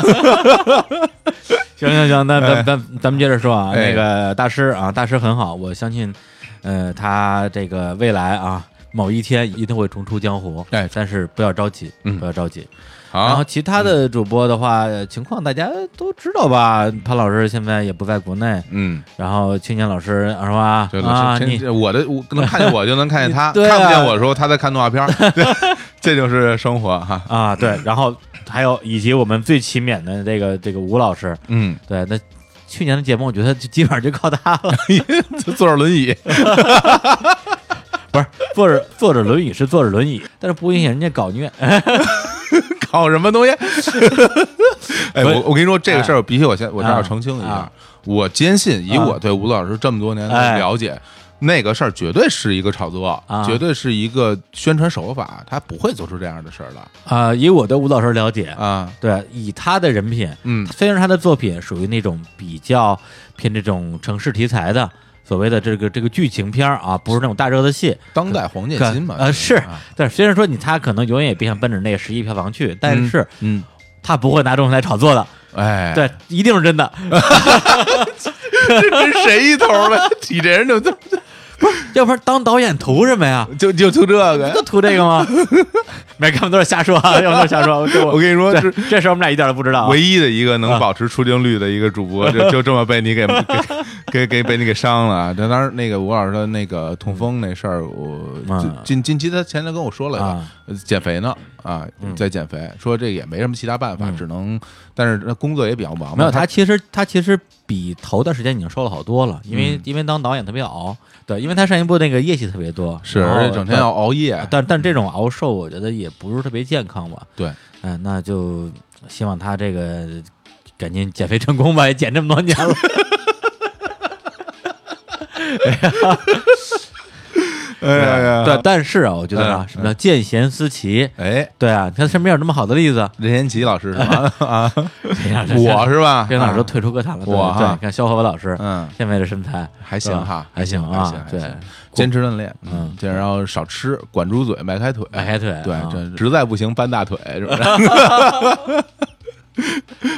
行行行，那咱咱咱们接着说啊，
哎
那个大师啊，大师很好，我相信，呃，他这个未来啊，某一天一定会重出江湖，
哎
但是不要着急，
嗯啊
不要着急。然后
好，
其他的主播的话，呃情况大家都知道吧？潘老师现在也不在国内，
嗯，
然后青年老师是吧？
对
啊，
这
你
这我的我能看见我就能看见他，
你对啊
看不见我的时候他在看动画片儿， 对这就是生活哈。
啊，对，然后还有以及我们最勤勉的这个这个吴老师，
嗯，
对，那去年的节目我觉得就基本上就靠他了，
坐着轮椅，
不是坐着坐着轮椅是坐着轮椅，但是不影响人家搞虐，
搞什么东西？ 哎，
所以
我我跟你说这个事儿，必须我先我这儿要
啊
澄清一下
啊，
我坚信以
啊
我对吴老师这么多年的
哎
了解。那个事儿绝对是一个炒作，
啊
绝对是一个宣传手法，他不会做出这样的事儿的
啊、以我对吴老师了解，
啊。
对，以他的人品，
嗯
虽哎然他的作品属于那种比较偏这种城市题材的。所谓的这个这个剧情片儿啊，不是那种大热的戏，
当代黄建
可
新嘛，
呃是
啊，
但是虽然说你他可能永远也别想奔着那个十亿票房去，但是
嗯，
他不会拿这种来炒作的，
哎，
对，一定是真的。
这跟谁一头了？ 你这人就就
要不然当导演图什么呀？
就就就这个
不，就图这个吗？ 没，看，我们都是瞎说啊，要不都是瞎说。这
我
我
跟你说，
对
是
这事儿我们俩一点都不知道啊。
唯一的一个能保持出镜率的一个主播，就就这么被你 给给给给被你给伤了啊！但当然，那个吴老师的那个痛风那事儿，我
嗯
近近期他前天跟我说了
啊嗯
呃减肥呢啊，在减肥，说这也没什么其他办法，只能，但是他工作也比较忙嘛，
没有，他其实他其实比头段时间已经瘦了好多了，因
嗯
为、因为当导演特别熬，对，因为他上一部那个夜戏特别多，
是
然后
而且整天要熬夜，
但但这种熬瘦，我觉得也不是特别健康吧。
对，
嗯、那就希望他这个赶紧减肥成功吧，也减这么多年 了。
哎呀呀，
对，但是啊，我觉得啊，
嗯
什么叫见贤思齐？
哎，
对啊，你看身边有这么好的例子，
任贤齐老师是吧？ 啊， 我
我
是吧？啊
跟老师都退出歌坛了，对
我
对，
哈
你看萧何老师，
嗯，
现在这身材
还行哈，嗯
还行
还行
啊
还，行
对，
坚持锻炼，
嗯
这然后少吃，管住嘴，迈开腿，
迈开腿
对
啊，
这实在不行搬大腿，是 不是？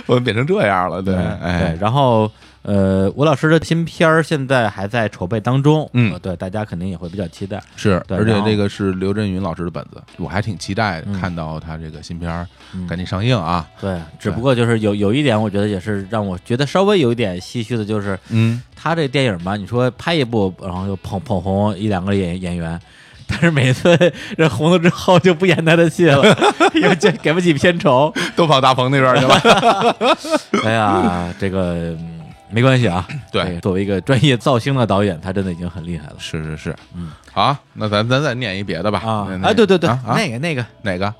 我们变成这样了，对，
嗯对
哎，，
然后呃，吴老师的新片儿现在还在筹备当中，
嗯
呃对，大家肯定也会比较期待，
是，
对
而且
然后
这个是刘震云老师的本子，我还挺期待看到他这个新片儿
嗯
赶紧上映啊，
对，只不过就是有有一点，我觉得也是让我觉得稍微有一点唏嘘的，就是
嗯，
他这电影吧，你说拍一部，然后又捧捧红一两个演演员。但是每次人红了之后就不演他的戏了， 因为这给不起片酬。
都跑大鹏那边去了，
哎呀，这个、嗯没关系啊。
对
这个作为一个专业造星的导演，他真的已经很厉害了
是是是
嗯，
好，那咱咱再念一别的吧，
啊
那！那
哎，对对对，
啊啊
那个那个
哪个？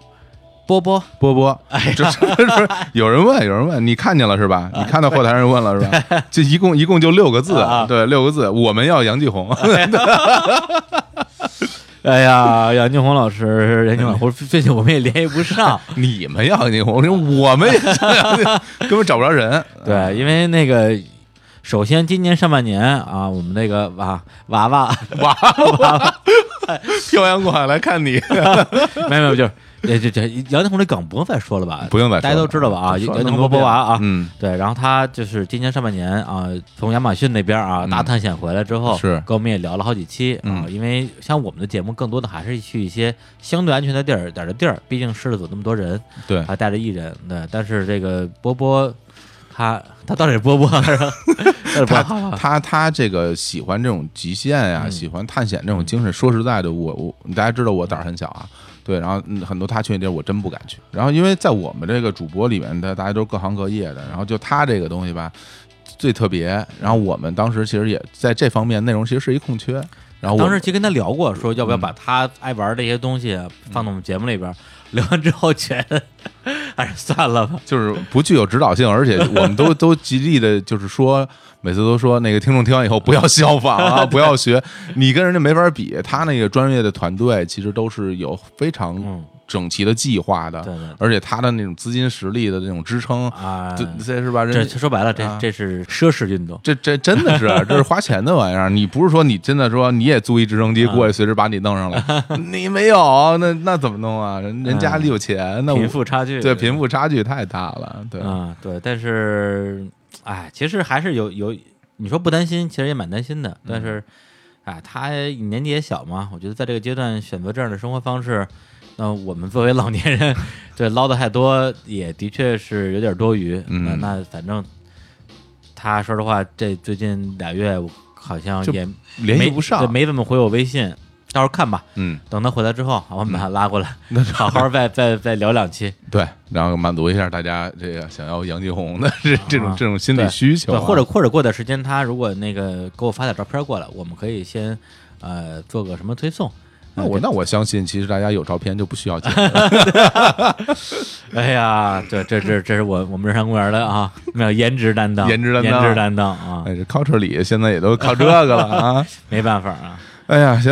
波波，
波波， 这这这有人问，有人问，你看见了是吧？你看到后台上问了是吧？这一共一共 就六个字
啊，
对，六个字，我们要杨继红，
哎呀，杨劲红老师，杨劲
哎
老师，最近我们也联系不 上。
你们要杨继红，我们也 根本找不着人。
对，因为那个，首先今年上半年啊，我们那个娃娃 娃，
哇，漂洋过海来看你，
没有没有，就是也就这杨劲红这梗不用再说了吧？
不用再说了
大家都知道吧？啊，
说
杨
了那
劲
么
红
多
波波娃啊，
嗯，
对，然后他就是今年上半年啊，从亚马逊那边啊大探险回来之后，
嗯是
跟我们也聊了好几期啊
嗯，
因为像我们的节目更多的还是去一些相对安全的地儿点儿的地儿，毕竟狮子组那么多人，
对，
还带着艺人，对，但是这个波波。他他倒是波波，他说倒是
他
波波
他他这个喜欢这种极限呀、
嗯
喜欢探险这种精神。说实在的，我我大家知道我胆儿很小啊，对，然后嗯很多他去的地儿我真不敢去。然后因为在我们这个主播里面，他大家都各行各业的，然后就他这个东西吧最特别。然后我们当时其实也在这方面内容其实是一空缺。然后我嗯
当时其实跟他聊过，说要不要把他爱玩这些东西放到我们节目里边儿。聊完之后，觉得 还是算了吧。
就是不具有指导性，而且我们 都都极力的，就是说，每次都说那个听众听完以后不要效仿啊，不要学，你跟人家没法比。他那个专业的团队其实都是有非常
嗯
整齐的计划的，
对对对
而且他的那种资金实力的那种支撑，
啊，
这这是吧？人
这说白了，
啊
这这是奢侈运动。
这这真 的是这是花钱的玩意儿，你不是说你真的说你也租一直升
嗯
机过去，随时把你弄 上来，你没有，那那怎么弄啊？人人家里有钱，那
嗯
我
贫富差距，
对贫富差距太大了，对。
啊，对，但是，哎，其实还是有有，你说不担心，其实也蛮担心
嗯
的。但是，哎，他年纪也小嘛，我觉得在这个阶段选择这样的生活方式，那我们作为老年人，对唠的太多也的确是有点多余。
嗯
那那反正他说实话，这最近俩月我好像
就
也
联系
没
不上
对没怎么回我微信，到时候看吧。
嗯，
等他回来之后，我们把他拉过 来，好好再再再聊两期。
对，然后满足一下大家这个想要杨继红的这这种
啊
这种心理
对
需求
对，
啊，
或者或者过段时间他如果那个给我发点照片过来，我们可以先呃做个什么推送。啊
那我那我相信，其实大家有照片就不需要剪了
哎呀，对，这这这是我我们日山公园的啊，没有颜值担当，
颜值担当
颜值担当啊，
哎，这 culture 里现在也都靠这个了 啊。
没办法啊，
哎呀，行，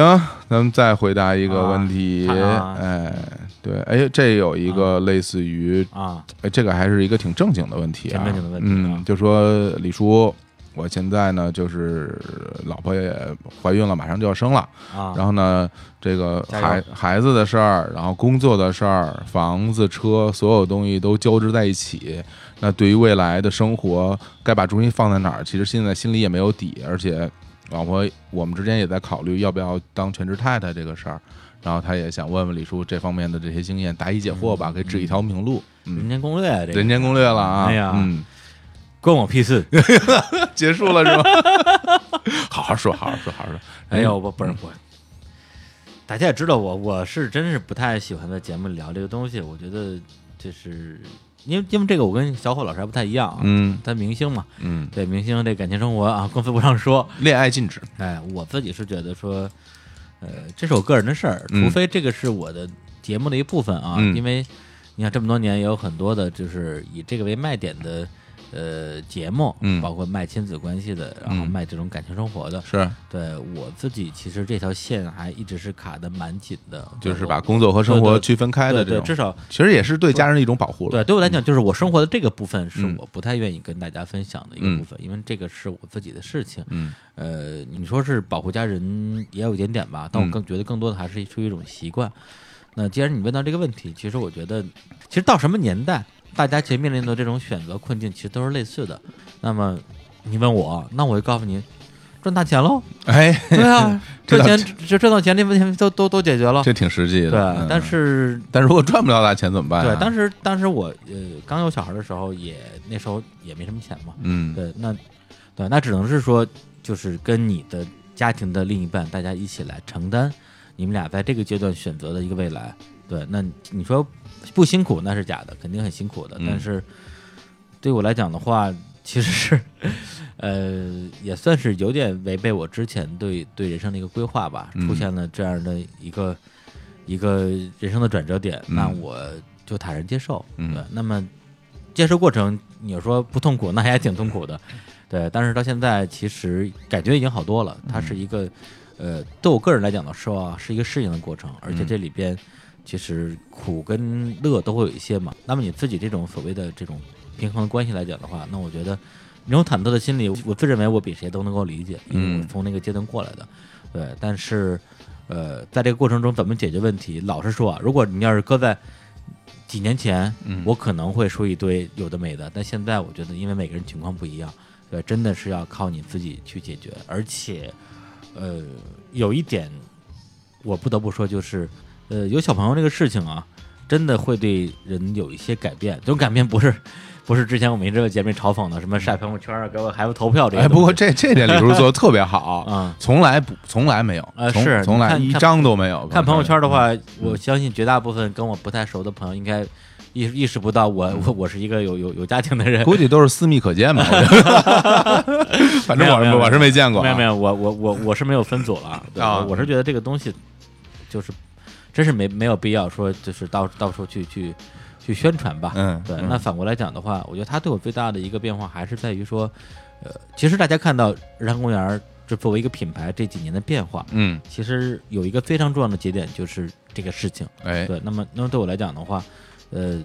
咱们再回答一个问题。
啊
哎，对，哎，这有一个类似于，
啊，
哎，这个还是一个挺正经的问题啊，
挺正经的问题啊
嗯，就说李叔，我现在呢就是老婆也怀孕了，马上就要生了。
啊
然后呢，这个
加油
孩孩子的事儿，然后工作的事儿，房子、车，所有东西都交织在一起。那对于未来的生活，该把重心放在哪儿？其实现在心里也没有底，而且老婆我们之间也在考虑要不要当全职太太这个事儿。然后他也想问问李叔这方面的这些经验，答疑解惑
嗯
吧，给指一条明路。
人
嗯，
间攻略啊这个
人间哎攻略了啊，
哎呀
嗯，
关我屁 事！
结束了是吧？ 好好说，好好说，好好说。
哎呦，我不是我，大家也知道我，我是真是不太喜欢在节目里聊这个东西，我觉得就是因为因为这个我跟小伙老师还不太一样啊，
嗯
他明星嘛，
嗯，
对明星这感情生活啊， 更分不上说。
恋爱禁止。
哎，我自己是觉得说，呃，这是我个人的事儿，
嗯
除非这个是我的节目的一部分啊，
嗯
因为你看这么多年也有很多的，就是以这个为卖点的。呃，节目，
嗯
包括卖亲子关系的，然后
嗯
卖这种感情生活的，
是，
对我自己其实这条线还一直是卡的蛮紧的，
就是
我
把工作和生活
对对
区分开的
对
这
对，
种，
至少
其实也是对家人的一种保护了。
对，对我来讲，就是我生活的这个部分是
嗯
我不太愿意跟大家分享的一个部分，因为这个是我自己的事情。
嗯，
呃，你说是保护家人也有一点点吧，但我
嗯
更觉得更多的还是出于一种习惯。那既然你问到这个问题，其实我觉得，其实到什么年代，大家其实面临的这种选择困境其实都是类似的。那么你问我，那我就告诉您，赚大钱喽！
哎，
对啊，
这
赚
倒
钱这赚到钱这问题都都都解决了。
这挺实际的。
对
嗯，哎
但是
但如果赚不了大钱怎么办、啊
对，当
时，
时当时我呃刚有小孩的时候也，那时候也没什么钱嘛。
嗯，
对，那对，那只能是说，就是跟你的家庭的另一半，大家一起来承担你们俩在这个阶段选择的一个未来。对，那你说不辛苦那是假的，肯定很辛苦的。
嗯
但是对我来讲的话，其实是呃，也算是有点违背我之前对对人生的一个规划吧，
嗯
出现了这样的一个一个人生的转折点，
嗯
那我就坦然接受。
嗯
对，那么接受过程，你说不痛苦，那也挺痛 苦的。对，但是到现在其实感觉已经好多了。它
嗯
是一个，呃，对我个人来讲的说啊，是一个适应的过程，而且
嗯
这里边其实苦跟乐都会有一些嘛。那么你自己这种所谓的这种平衡的关系来讲的话，那我觉得那种忐忑的心理，我自认为我比谁都能够理解，因为我
嗯
从那个阶段过来的。对，但是呃，在这个过程中怎么解决问题，老实说啊，如果你要是搁在几年前，
嗯
我可能会说一堆有的没的，但现在我觉得，因为每个人情况不一样，对，真的是要靠你自己去解决。而且，呃，有一点我不得不说，就是呃，有小朋友这个事情啊，真的会对人有一些改变。这种改变不是不是之前我们一直有节目里嘲讽的，什么晒朋友圈啊，给我孩子投票这些
哎，
东西。
不过这这点李叔做的特别好，
啊、
从来不从来没有
呃，
从
是
从
你
来
看
一
看
张都没有。
看朋友圈的话，我相信绝大部分跟我不太熟的朋友应该意意识不到我我我是一个有有有家庭的人。
嗯估计都是私密可见吧，我觉得 反正我
没有没
是
有
我是没见过啊，
没有没有，我我我我是没有分组了 啊对
啊
我我是觉得这个东西就是真是没没有必要说就是到到处去去去宣传吧。
嗯
对。
嗯
那反过来讲的话，我觉得它对我最大的一个变化还是在于说，呃，其实大家看到日坛公园儿这作为一个品牌这几年的变化，
嗯，
其实有一个非常重要的节点就是这个事情。
哎，
对，那么那么对我来讲的话，呃，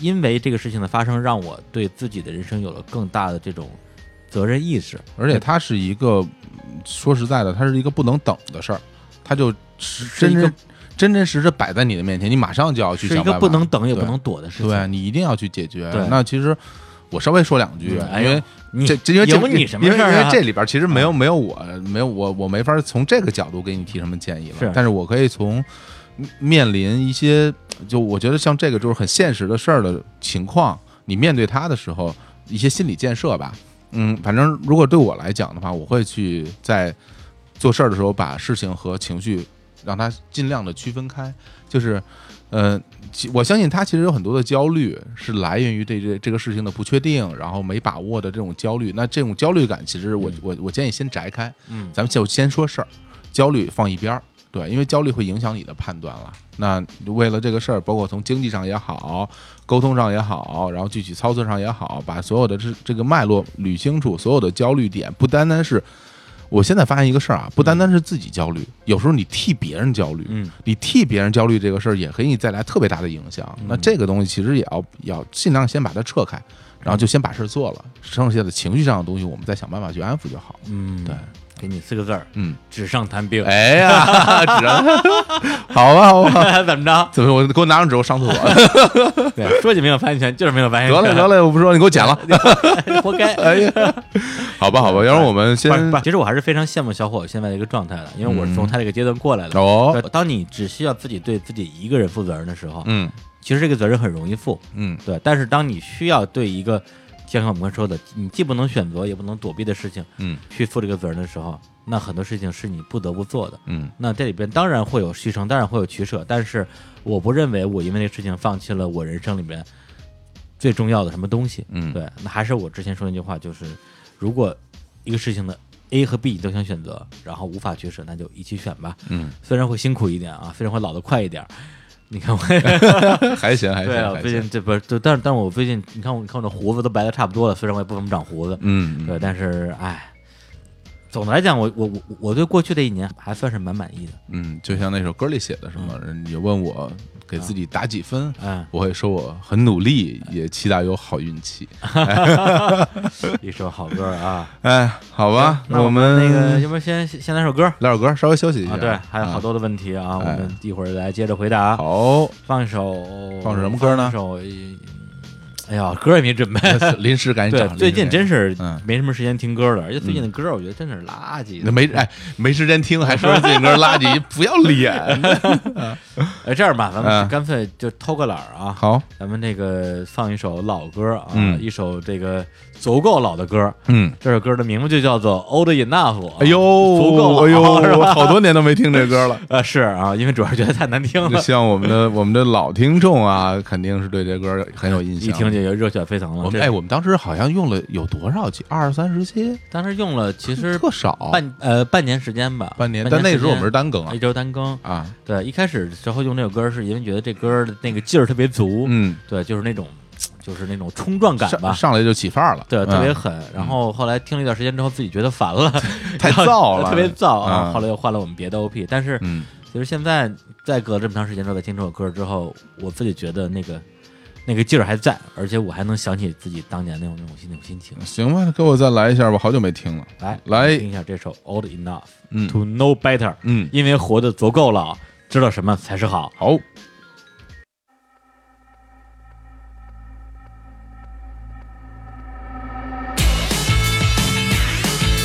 因为这个事情的发生，让我对自己的人生有了更大的这种责任意识。
而且它是一个，说实在的，它是一个不能等的事儿，它就是真
一个
真真真实实摆在你的面前，你马上就要去
是一
想
个
办法，
不能等也不
对
能躲的事情。
对你一定要去解决
对。
那其实我稍微说两句，啊
嗯哎
因
呦
为
你
这这因为这
有你什么
因为
事儿
因为
啊
这里边其实没有没有我没有我我没法从这个角度给你提什么建议了
是，
但是我可以从面临一些就我觉得像这个就是很现实的事儿的情况，你面对它的时候一些心理建设吧。嗯，反正如果对我来讲的话，我会去在做事儿的时候把事情和情绪让它尽量的区分开，就是。呃，其我相信他其实有很多的焦虑是来源于对这这个事情的不确定，然后没把握的这种焦虑。那这种焦虑感，其实我
嗯
我我建议先摘开，
嗯，
咱们就先说事儿，焦虑放一边儿。对，因为焦虑会影响你的判断了。那为了这个事儿，包括从经济上也好，沟通上也好，然后具体操作上也好，把所有的这这个脉络捋清楚，所有的焦虑点不单单是，我现在发现一个事儿啊，不单单是自己焦虑，有时候你替别人焦虑，
嗯，
你替别人焦虑这个事儿，也给你带来特别大的影响。那这个东西其实也要要尽量先把它撤开，然后就先把事儿做了，剩下的情绪上的东西，我们再想办法去安抚就好了。
嗯，
对，
给你四个字儿，
嗯，
纸上谈兵。
哎呀，纸上，好吧，好 吧，
怎么着？
怎么我给我拿上纸，我上厕所。
对，说起没有发言权，就是没有发言
得
权。
嘞得嘞，我不说，你给我剪了。
嘞，活该。
哎呀， 好吧好吧，要不然我们先
不是其实我还是非常羡慕小伙现在的一个状态的，因为我是从他这个阶段过来的。
嗯哦
对，当你只需要自己对自己一个人负责任的时候，
嗯
其实这个责任很容易负，
嗯
对。但是当你需要对一个，就像我们刚才说的，你既不能选择也不能躲避的事情
嗯
去负这个责任的时候，那很多事情是你不得不做的。
嗯
那这里边当然会有牺牲，当然会有取舍，但是我不认为我因为这个事情放弃了我人生里面最重要的什么东西。
嗯
对，那还是我之前说那句话，就是如果一个事情的 A 和 B 你都想选择，然后无法取舍，那就一起选吧。
嗯，
虽然会辛苦一点啊，虽然会老得快一点儿。你看我，
还行还
对啊，
行
我
还
最
行，
近这不是，对但是但是我最近，你看我，你看我这胡子都白的差不多了，虽然我也不怎么长胡子，
嗯
对，但是哎，总的来讲，我我我我对过去的一年还算是蛮满意的，
嗯，就像那首歌里写的什么，人也问我给自己打几分。
嗯，
我会说我很努力，也期待有好运气。
一首好歌啊。
哎，好吧，
那
我
们
们
那个，要不然先先来首歌
来首歌，稍微休息一下。
啊？对，还有好
啊
多的问题啊，我
哎
们一会儿来接着回答。啊
啊 好，
放一首，
放什么歌呢
放一首，嗯哎呀，歌也没准备。
临时赶紧
对
找。，
最近真
是
是
嗯
没什么时间听歌了，而且最近的歌我觉得真的是垃圾。
没哎没时间听，还说人自己歌垃 圾，不要脸。
哎，这样吧，咱
嗯
们干脆就偷个懒儿啊，
好，
咱们这个放一首老歌啊，
嗯
一首这个足够老的歌。
嗯，
这首歌的名字就叫做《Old Enough 啊》。
哎呦，
足够老
哎呦，
是
我
吧？
好多年都没听这 歌了。
呃，是啊，因为主要是觉得太难听
就
了。
希望我们的我们的老听众啊，肯定是对这歌很有印象。
一听就热血沸腾了。
我们
这
哎，我们当时好像用了有多少期？二三十期，
当时用了其实
特少，
半呃半年时间吧，
半年。
半
但那
时
时候我
间哎
们是单更啊
一周单更。
啊，
对，一开始的时候用这首歌是因为觉得这歌的那个劲儿特别足，
嗯，
对，就是那种就是那种冲撞感
上
吧。
上来就起范儿了，
对，特别
嗯
狠。然后后来听了一段时间之后，自己觉得烦了，
太
然后
燥 了
特别燥啊。
嗯
后来又换了我们别的 OP，但是
嗯
其实现在再隔这么长时间之后再听这首歌之后，我自己觉得那个那个劲儿还在，而且我还能想起自己当年那种那种心那种心情。
行吧，给我再来一下吧，好久没听了。
来
来
听一下这首《Old Enough
嗯
to Know Better》，
嗯，
因为活得足够老，知道什么才是好。
好，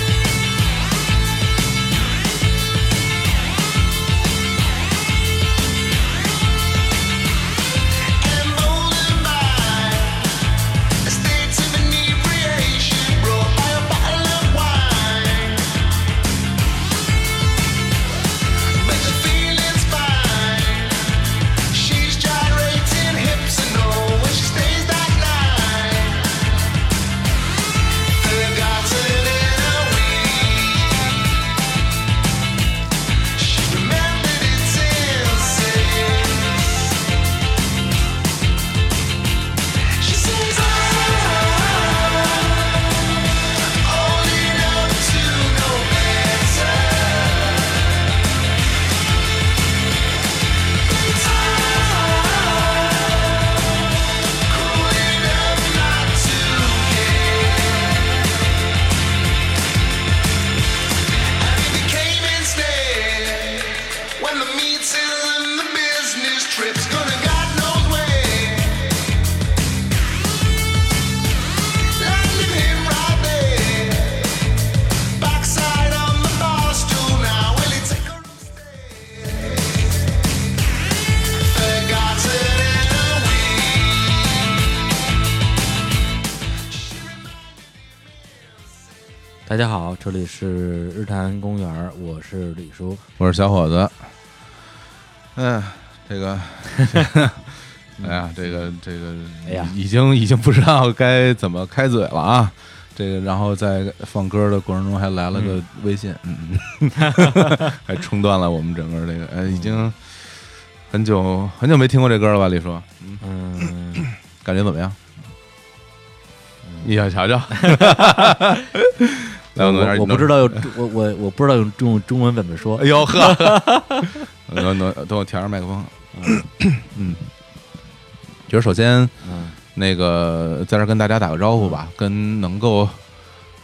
大家好，这里是日坛公园，我是李叔。
我是小伙子。嗯，这 个，哎呀，这个这个，
哎呀
已经已经不知道该怎么开嘴了啊。这个，然后在放歌的过程中还来了个微信，嗯， 嗯还冲断了我们整个这个，呃、已经很久很久没听过这歌了吧？李叔，
嗯，
感觉怎么样？你想瞧 瞧？来，
我我不知
道。
道用我我我不知道用用中文怎么说
哎。呦呵，等等等我调上麦克风。嗯，就是首先
嗯
那个在这儿跟大家打个招呼吧，跟能够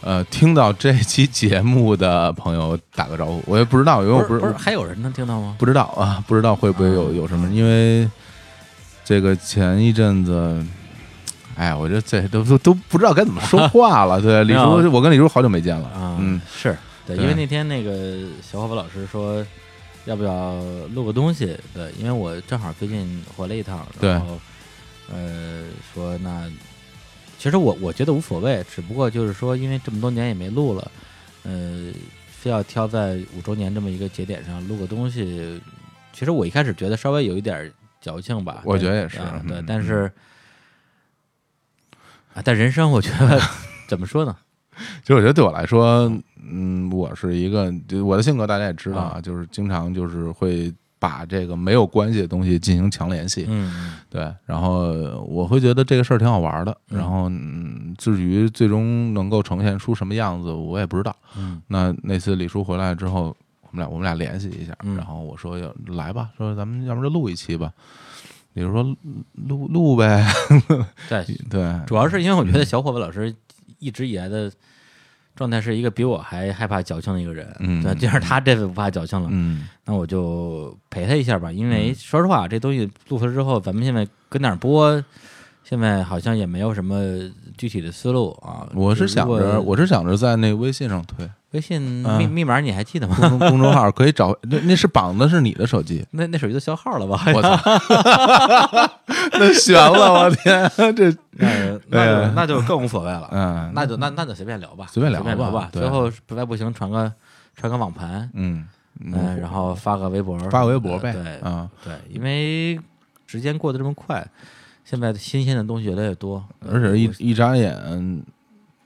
呃听到这期节目的朋友打个招呼。我也不知道，因为我
不
不
是
是
还有人能听到吗？
不知道啊，不知道会不会有有什么，因为这个前一阵子。哎，我这这都都都不知道该怎么说话了。对，李
没
叔，我跟李叔好久没见了。
啊，
嗯，
是对，
对
因为那天那个小伙伴老师说，要不要录个东西？对，因为我正好最近回来一趟，
对
然后呃说那，其实我我觉得无所谓，只不过就是说，因为这么多年也没录了，呃，非要挑在五周年这么一个节点上录个东西，其实我一开始觉得稍微有一点矫情吧，
我觉得
但
也是
啊
嗯
对
嗯，
但是啊，但人生我觉得 怎么说呢？
其实我觉得对我来说，嗯，我是一个就我的性格大家也知道啊，就是经常就是会把这个没有关系的东西进行强联系，
嗯嗯
对，然后我会觉得这个事儿挺好玩的，
嗯
然后嗯，至于最终能够呈现出什么样子，我也不知道。
嗯。
那那次李叔回来之后，我们俩我们俩联系一下，
嗯
然后我说要来吧，说咱们要不就录一期吧。李叔说录录呗，
对，
对，
主要是因为我觉
嗯
得小伙伴老师一直以来的状态是一个比我还害怕矫情的一个人，
嗯
对，就是他这次不怕矫情了，
嗯，
那我就陪他一下吧。因为说实话，这东西录出来之后，咱们现在跟哪儿播，现在好像也没有什么具体的思路啊。
我是想
如
着
果
我是想着在那微信上推。
微信
啊
密密码你还记得吗？
公众公众号可以找，那那是绑的是你的手 机，
那那手机都消耗了吧？
我 操，那悬了，我天，这
那那就那就更无所谓了，
嗯，
那就那那就随便聊吧，
随便聊吧
聊吧。
对
最后实在不行传个传个网盘，
嗯
嗯，然后发个微博，呃
发个微博呗
对，
啊，
对，因为时间过得这么快，现在新鲜的东西越来越多，
而且一一眨眼，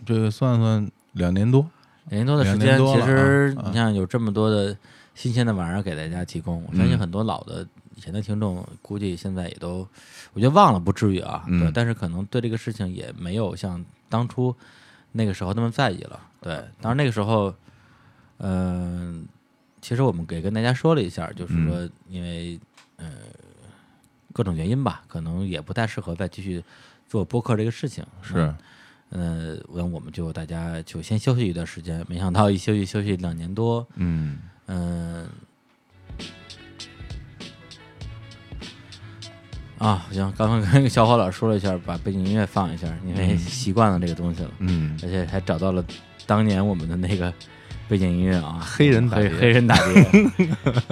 这个算算两年多，
两年多的时
两年
间，
多
其
了
实
啊啊
你像有这么多的新鲜的玩意儿给大家提供，我
嗯
相信很多老的以前的听众，估计现在也都，我觉得忘了不至于啊，
嗯
对，但是可能对这个事情也没有像当初那个时候那么在意了，对，当然那个时候，嗯、其实我们给跟大家说了一下，
嗯
就是说因为呃各种原因吧，可能也不太适合再继续做播客这个事情，
是，
呃，那我们就大家就先休息一段时间。没想到一休息休息两年多，
嗯，
嗯、啊，行，刚刚跟小伙老师说了一下，把背景音乐放一下，因为习惯了这个东西了，
嗯，
而且还找到了当年我们的那个背景音乐啊，
黑人打
黑
碟
黑人打碟，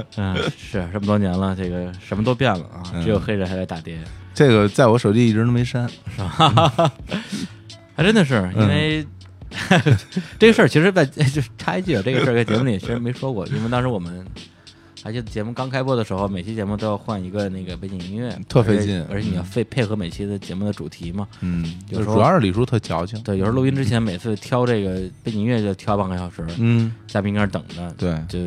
嗯，是这么多年了，这个什么都变了啊，只有
嗯
黑人还在打碟。
这个在我手机一直都没删，
还真的是
嗯
因 为、这个事儿，其实在 就是插一句啊，这个事儿在节目里其实没说过，因为当时我们还记得节目刚开播的时候，每期节目都要换一个那个背景音乐，
特费劲
而且而且你要配配合每期的节目的主题嘛。
嗯，
有
就
时候
主要是李叔特矫情，
对，有时候录音之前，每次挑这个背景音乐就挑半个小时，
嗯，
嘉宾跟那儿等着，
对，
就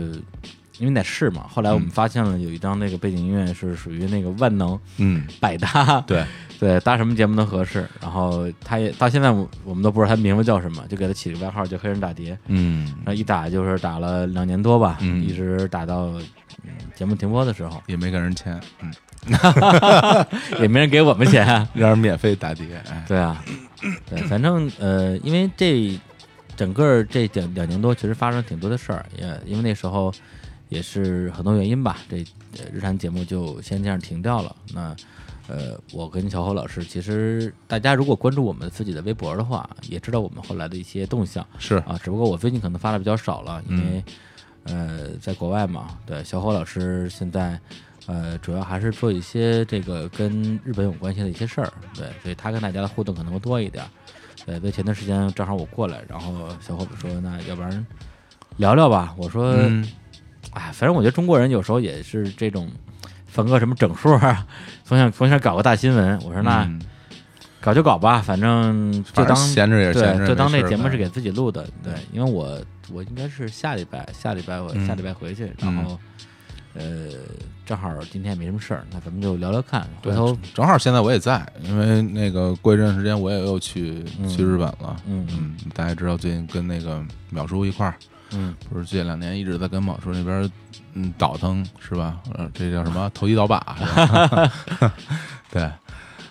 因为你得试嘛。后来我们发现了有一张那个背景音乐是属于那个万能
嗯，
百搭，
对，
对，搭什么节目都合适。然后他也到现在我我们都不知道他名字叫什么，就给他起了个外号叫黑人打碟。
嗯
然，后一打就是打了两年多吧，
嗯
一直打到、嗯节目停播的时候，
也没给人钱，嗯，
也没人给我们钱。
让人免费打碟，哎，
对啊，对，反正呃，因为这整个这两两年多，其实发生了挺多的事儿，也因为那时候也是很多原因吧，这呃日常节目就先这样停掉了。那呃，我跟小侯老师，其实大家如果关注我们自己的微博的话，也知道我们后来的一些动向
是，
啊，只不过我最近可能发的比较少了，因
嗯
为、呃，在国外嘛，对，小侯老师现在。呃，主要还是做一些这个跟日本有关系的一些事儿，对，所以他跟大家的互动可能会多一点儿。对对，所以前段时间正好我过来，然后小伙子说：“那要不然聊聊吧？”我说：“
嗯，
哎，反正我觉得中国人有时候也是这种，逢个什么整数啊，总想总想搞个大新闻。”我说：“那
嗯
搞就搞吧，反正就
反
当
正闲着也是闲着，
对，就当
没
这
事儿
节目
干嗯
是给自己录的，对，因为我我应该是下礼拜下礼拜我、
嗯
下礼拜回去，
嗯
然后、呃正好今天也没什么事儿，那咱们就聊聊看，回
对
头
正好现在我也在，因为那个过一段时间我也又去、
嗯
去日本了。
嗯
嗯，大家知道最近跟那个淼叔一块儿，
嗯
不是近两年一直在跟淼叔那边嗯倒腾是吧？呃，这叫 什么投机倒把？是吧 对，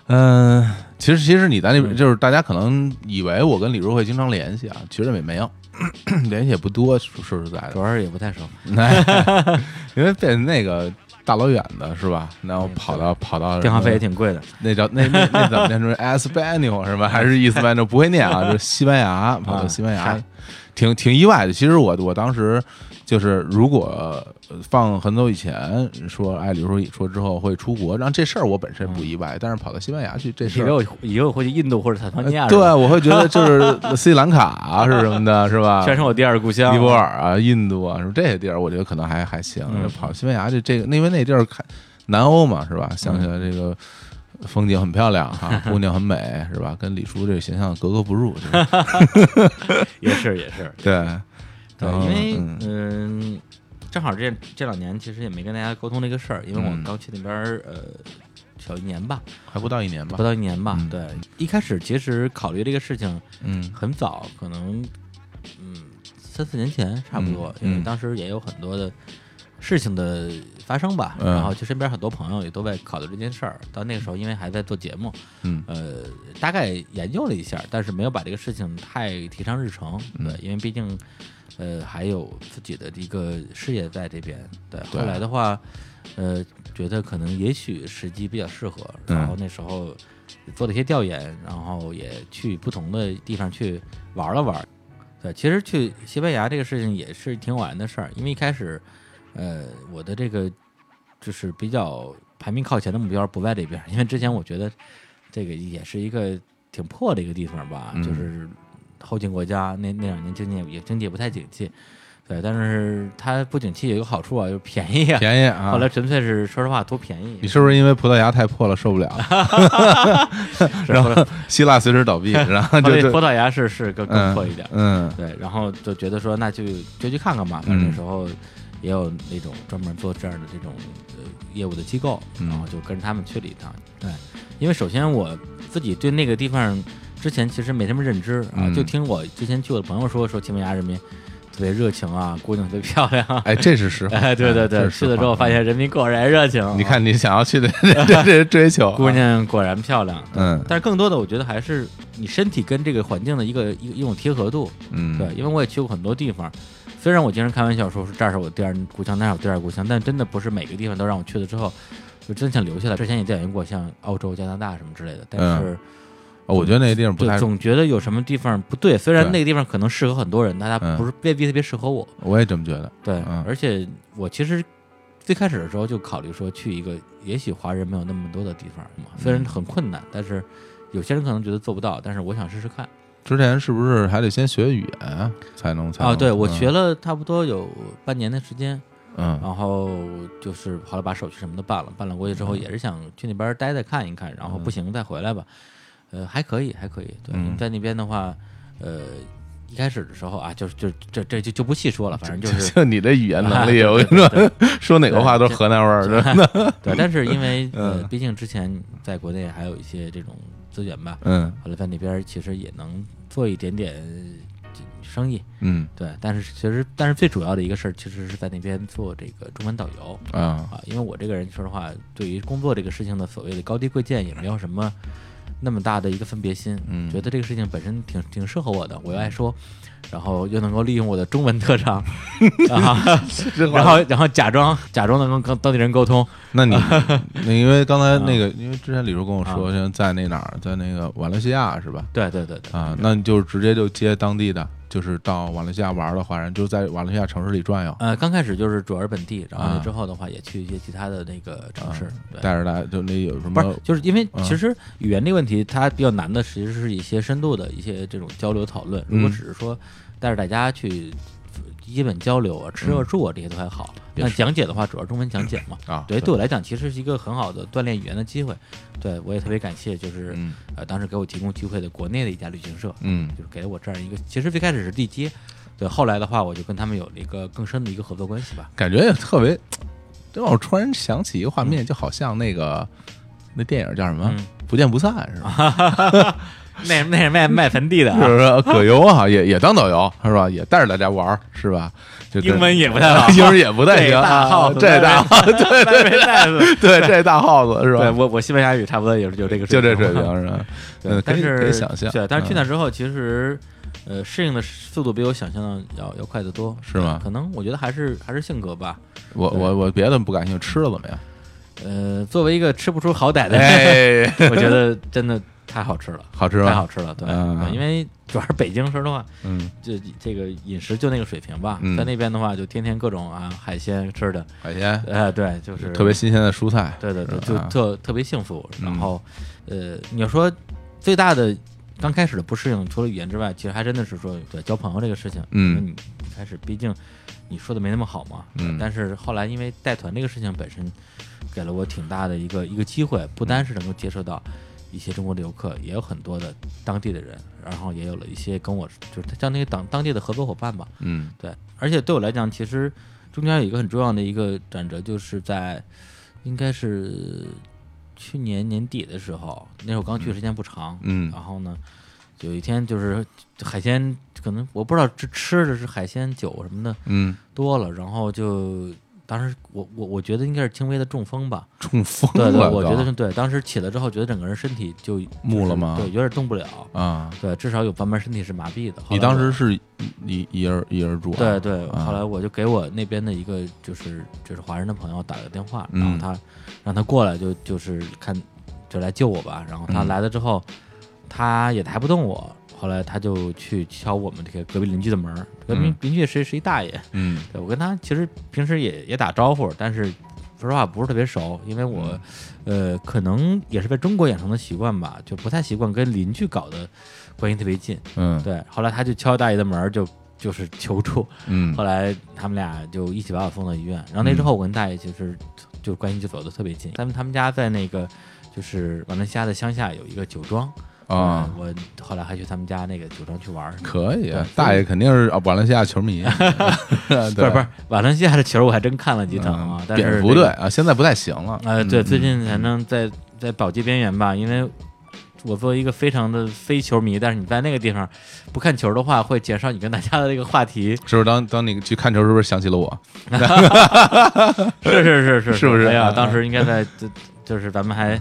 嗯、其实其实你在
嗯
那边就是大家可能以为我跟李如会经常联系啊，其实也没有， 联系也不多，说说实在的
主。要是也不太熟，
因为被那个大老远的是吧？然后跑到跑到
嗯电话费也挺贵的，
那叫那那那怎么念出来 ？Espanol 是吧？还是 e s p a n o 不会念啊，就是西班牙，跑到西班牙，
是
挺挺意外的。其实我我当时就是，如果呃放很久以前说，哎，比如说说之后会出国，然后这事儿我本身不意外，但是跑到西班牙去这
以
事儿，
后以后回去印度或者坦桑尼亚，
呃对，，我会觉得就是 斯里兰卡啊是什么的，是吧？
全是我第二故乡，
尼泊尔啊、印度啊什么这些地儿，我觉得可能还还行。
嗯
跑西班牙这这个，因为那地儿看南欧嘛，是吧？想起来这个风景很漂亮 哈，姑娘很美，是吧？跟李叔这个形象格格不入。就是
也是也 是，
对，
对，
然后
因为
嗯
嗯。正好这这两年其实也没跟大家沟通这个事儿，因为我
嗯
刚去那边儿呃小一年吧，
还不到一年吧
不？到一年吧。
嗯
对，一开始其实考虑这个事情，
嗯
很早，可能嗯三四年前差不多，
嗯
因为当时也有很多的事情的发生吧，
嗯
然后就身边很多朋友也都在考虑这件事儿。到那个时候，因为还在做节目，
嗯
呃，大概研究了一下，但是没有把这个事情太提上日程，
嗯
对，因为毕竟呃还有自己的一个事业在这边，对。
对
后来的话，呃，觉得可能也许时机比较适合，
嗯
然后那时候做了一些调研，然后也去不同的地方去玩了玩。对，其实去西班牙这个事情也是挺偶然的事儿，因为一开始，呃，我的这个就是比较排名靠前的目标不在这边，因为之前我觉得这个也是一个挺破的一个地方吧，
嗯
就是后进国家那那两年经济也经济也不太景气，对，但是它不景气有一个好处啊，就是便宜啊。
便宜啊
后。来纯粹是说实话图便宜
你，是不是因为葡萄牙太破了受不 了，
是
然
后来
后希腊随时倒闭，然
后
后
来
就就
葡萄牙是是更更
嗯
破一点，
嗯
对，然后就觉得说那就就去看看吧，反正那时候也有那种专门做这样的这种呃业务的机构，
嗯
然后就跟着他们去了一趟。对，因为首先我自己对那个地方之前其实没什么认知啊，
嗯
就听我之前去我的朋友说说西班牙人民特别热情啊，姑娘特别漂亮 啊。
哎，这是实话。
哎，对对
这
对，
是实
去了之后
话
发现人民果然热情啊，
你看你想 要去的这 这这追求啊，
姑娘果然漂亮。
嗯
但是更多的，我觉得还是你身体跟这个环境的一个一个一种贴合度。
嗯，
对，因为我也去过很多地方，虽然我经常开玩笑说是这儿是我第二故乡，那儿是我第二故乡，但真的不是每个地方都让我去了之后就真想留下来。之前也调研过像澳洲、加拿大什么之类的，但是
哦我觉得那个地方不
就
太
总觉得有什么地方不对。虽然
对
那个地方可能适合很多人，但它
嗯
不是未必特别适合我。
我也这么觉得。
对
嗯，
而且我其实最开始的时候就考虑说去一个也许华人没有那么多的地方，
嗯
虽然很困难，但是有些人可能觉得做不到，但是我想试试看。
之前是不是还得先学语言啊才能？才能
哦，对，我学
了，
了差不多有半年的时间。
嗯
然后就是后来把手续什么的办了，办了过去
嗯
之后也是想去那边待待看一看，然后不行再回来吧。呃，还可以，还可以。对，
嗯
因为在那边的话，呃，一开始的时候啊，就是就这这就就不细说了，反正就是
就你这语言能力，
啊
我跟你 说，说哪个话都是河南味儿的。
对。但是因为
嗯
呃，毕竟之前在国内还有一些这种资源吧，
嗯
后来在那边其实也能做一点点呃生意。
嗯
对，但是其实但是最主要的一个事儿，其实是在那边做这个中文导游。
啊，
啊，因为我这个人说实话，对于工作这个事情的所谓的高低贵贱也没有什么那么大的一个分别心，
嗯
觉得这个事情本身挺挺适合我的，我又爱说，然后又能够利用我的中文特 长，然后然后然后假装假装能够跟当地人沟通，
那 你那因为刚才那个，因为之前李叔跟我说，现在在那哪儿，在那个马来西亚是吧？嗯
对对对对，
啊，那你就直接就接当地的就是到瓦伦西亚玩的话，然后就在瓦伦西亚城市里转悠，
呃，刚开始就是主要是本地，然后
啊
之后的话也去一些其他的那个城市，对。
带着大家就那有什
不
么
是，就是因为
嗯
其实语言这个问题，它比较难的其实是一些深度的一些这种交流讨论。如果
嗯
只是说带着大家去呃基本交流啊、吃啊、
嗯
住啊这些都还好，
也
但
是
讲解的话，主要中文讲解嘛。
啊？
对，对我来讲，其实是一个很好的锻炼语言的机会。对我也特别感谢，就是、
嗯
呃当时给我提供机会的国内的一家旅行社，
嗯
就是给了我这样一个，其实最开始是地接，对，后来的话我就跟他们有了一个更深的一个合作关系吧。
感觉也特别，这让我突然想起一个画面，就好像那个那电影叫什么
嗯
《不见不散》是吧？
那那是卖卖坟地的、
就
啊，
是说葛优啊，也也当导游是吧？也带着大家玩儿是吧？就
英文也不太好
英文也不太行
这大耗
啊，
子
这大耗 对
卖坟袋子。
对，这大耗子是
对
吧？
我，我西班牙语差不多也是有这个，
就这水。平是吧？
对
嗯，
但
可以
是
可以想象
对，但是去
嗯
那之后，其实呃，适应的速度比我想象的要要快得多，
是吗
可能我觉得还是还是性格吧。
我我我别的不感兴趣，吃了啊怎么样？
呃，作为一个吃不出好歹的人，
哎，
我觉得真的太好吃了，
好吃
太好
吗？
吃了。对，
嗯
对因为主要是北京，说实话，
嗯，
就这个饮食就那个水平吧
嗯。
在那边的话，就天天各种啊海鲜吃的，
海鲜，
呃，对，就是
特别新鲜的蔬菜，
对对对，
是
就
吧啊
特特别幸福。然
嗯
后，呃，你要说最大的刚开始的不适应，除了语言之外，其实还真的是说对交朋友这个事情。
嗯
因为你一开始毕竟你说的没那么好嘛。
嗯
但是后来因为带团这个事情本身，给了我挺大的一个一个机会，不
嗯
单是能够接触到。一些中国的游客也有很多的当地的人，然后也有了一些跟我就是像那些当当地的合作伙伴吧，
嗯
对，而且对我来讲，其实中间有一个很重要的一个转折，就是在应该是去年年底的时候，那时候我刚去的时间不长，
嗯
然后呢，有一天就是海鲜，可能我不知道这吃的是海鲜酒什么的
嗯，
多了，然后就当时我我我觉得应该是轻微的中风吧，
中风
对对，
了都，
我觉得是对，当时起来之后觉得整个人身体就
木了吗
对，有点动不了，
啊，
对，至少有半边身体是麻痹的。后
你
来
当
我
时是一一一人一人住啊，
对对，
啊
后来我就给我那边的一个就是就是华人的朋友打个电话，
嗯
然后他让他过来就就是看就来救我吧。然后他
嗯
来了之后，他也抬不动我，后来他就去敲我们这个隔壁邻居的门儿，隔壁
嗯
邻居是是一大爷，
嗯
对我跟他其实平时也也打招呼，但是。说实话不是特别熟，因为我，
嗯
呃，可能也是被中国养成的习惯吧，就不太习惯跟邻居搞的关系特别近。
嗯
对，后来他就敲大爷的门儿，就就是求助，
嗯
后来他们俩就一起把我送到医院，然后那之后我跟大爷就是就关系就走得特别近。他们他们家在那个就是瓦伦西亚的乡下有一个酒庄
啊
嗯，我后来还去他们家那个酒庄去玩儿。
可以啊
对，
大爷肯定是啊瓦伦西亚 球迷，
不
不
是不是，瓦伦西亚的球我还真看了几场啊，但是
嗯蝙
那
蝠
个
队啊，现在不太行了，
呃，对，
嗯
最近反正在在保级边缘吧，因为我作为一个非常的非球迷，但是你在那个地方不看球的话，会减少你跟大家的这个话题。
是不是当当你去看球，是不是想起了我？
是是是是，
是不是
哎呀，
嗯
当时应该在就就是咱们还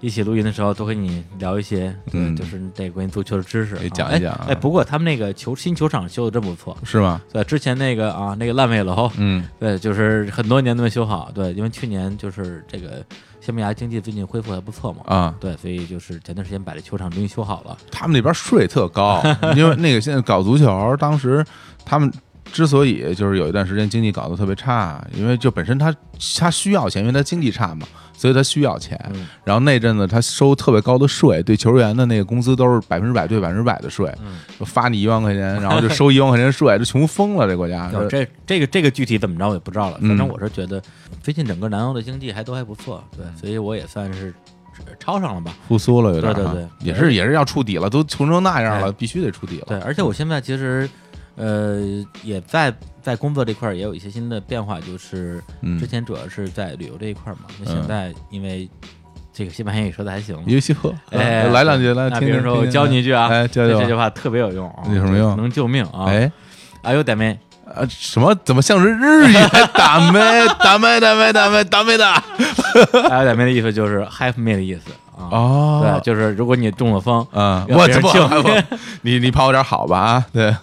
一起录音的时候，都跟你聊一些，对，
嗯
就是这关于足球的知识，
可以
啊
讲一讲啊
哎，哎不过他们那个球新球场修的真不错，
是吗？
对，之前那个啊，那个烂尾楼，
嗯
对，就是很多年都没修好，对，因为去年就是这个西班牙经济最近恢复还不错嘛。
啊，
对，所以就是前段时间把这球场终于修好了，
他们那边税特 高，因为那个现在搞足球，当时他们之所以就是有一段时间经济搞得特别差，因为就本身他他需要钱，因为他经济差嘛，所以他需要钱。
嗯
然后那阵子他收特别高的税，对球员的那个工资都是百分之百对百分之百的税，
嗯
就发你一万块钱，然后就收一万块钱税，就穷疯了这国家。
对，这这个这个具体怎么着我也不知道了，
呃嗯
反正我是觉得最近整个南欧的经济还都还不错，对，
嗯
所以我也算是超上了吧，
复苏了有点
对对
啊，
对
也是也是要触底了，都穷成那样
哎
了，必须得触底了。
对，而且我现在其实，呃，也在在工作这块儿也有一些新的变化，就是
嗯
之，前主要是在旅游这一块儿嘛，那、现在因为这个西班牙语说的还行，
优秀，
哎，
呃来两句，来
那
听
比
听。
如说
听
我
听
教你一句啊，
哎，教
这
教
这句
我。
话特别有用啊，
有什么用
能救命啊！
哎，
哎呦，歹妹，
啊，什么？怎么像是日语？打 妹，打妹，打妹，打妹，打妹的。
哎呦，歹妹的意思就是 help me 的意思啊，对，
哦，
就是如果你中了风，
嗯，
要
我
别
这
人
不
敬
不，不你你跑我点好吧啊？对，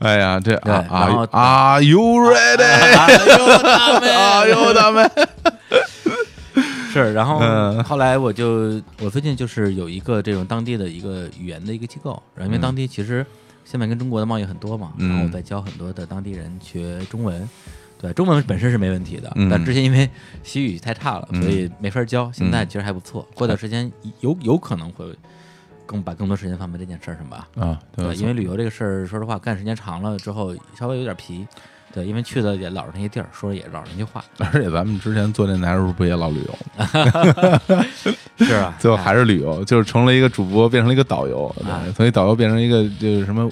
哎呀，这
对
啊
然后
啊，Are you ready？
哎呦，大妹，
哎呦，大妹，
是，然后
嗯
后来我就我最近就是有一个这种当地的一个语言的一个机构，然后因为当地其实现在跟中国的贸易很多嘛，
嗯
然后我在教很多的当地人学中文。对，中文本身是没问题的，
嗯
但之前因为西语太差了，
嗯
所以没法教。现在其实还不错，过段时间有有可能会更把更多时间放在这件事儿上吧。
啊，
对，因为
为
旅游这个事儿，说实话，干时间长了之后，稍微有点皮。对，因为去的也老是那些地儿，说的也老是那些 话。
而且咱们之前做电台的时候不也老旅游，
是啊，
最后还是旅游，就是成了一个主播，变成了一个导游，
啊
对，从一导游变成一个就是什么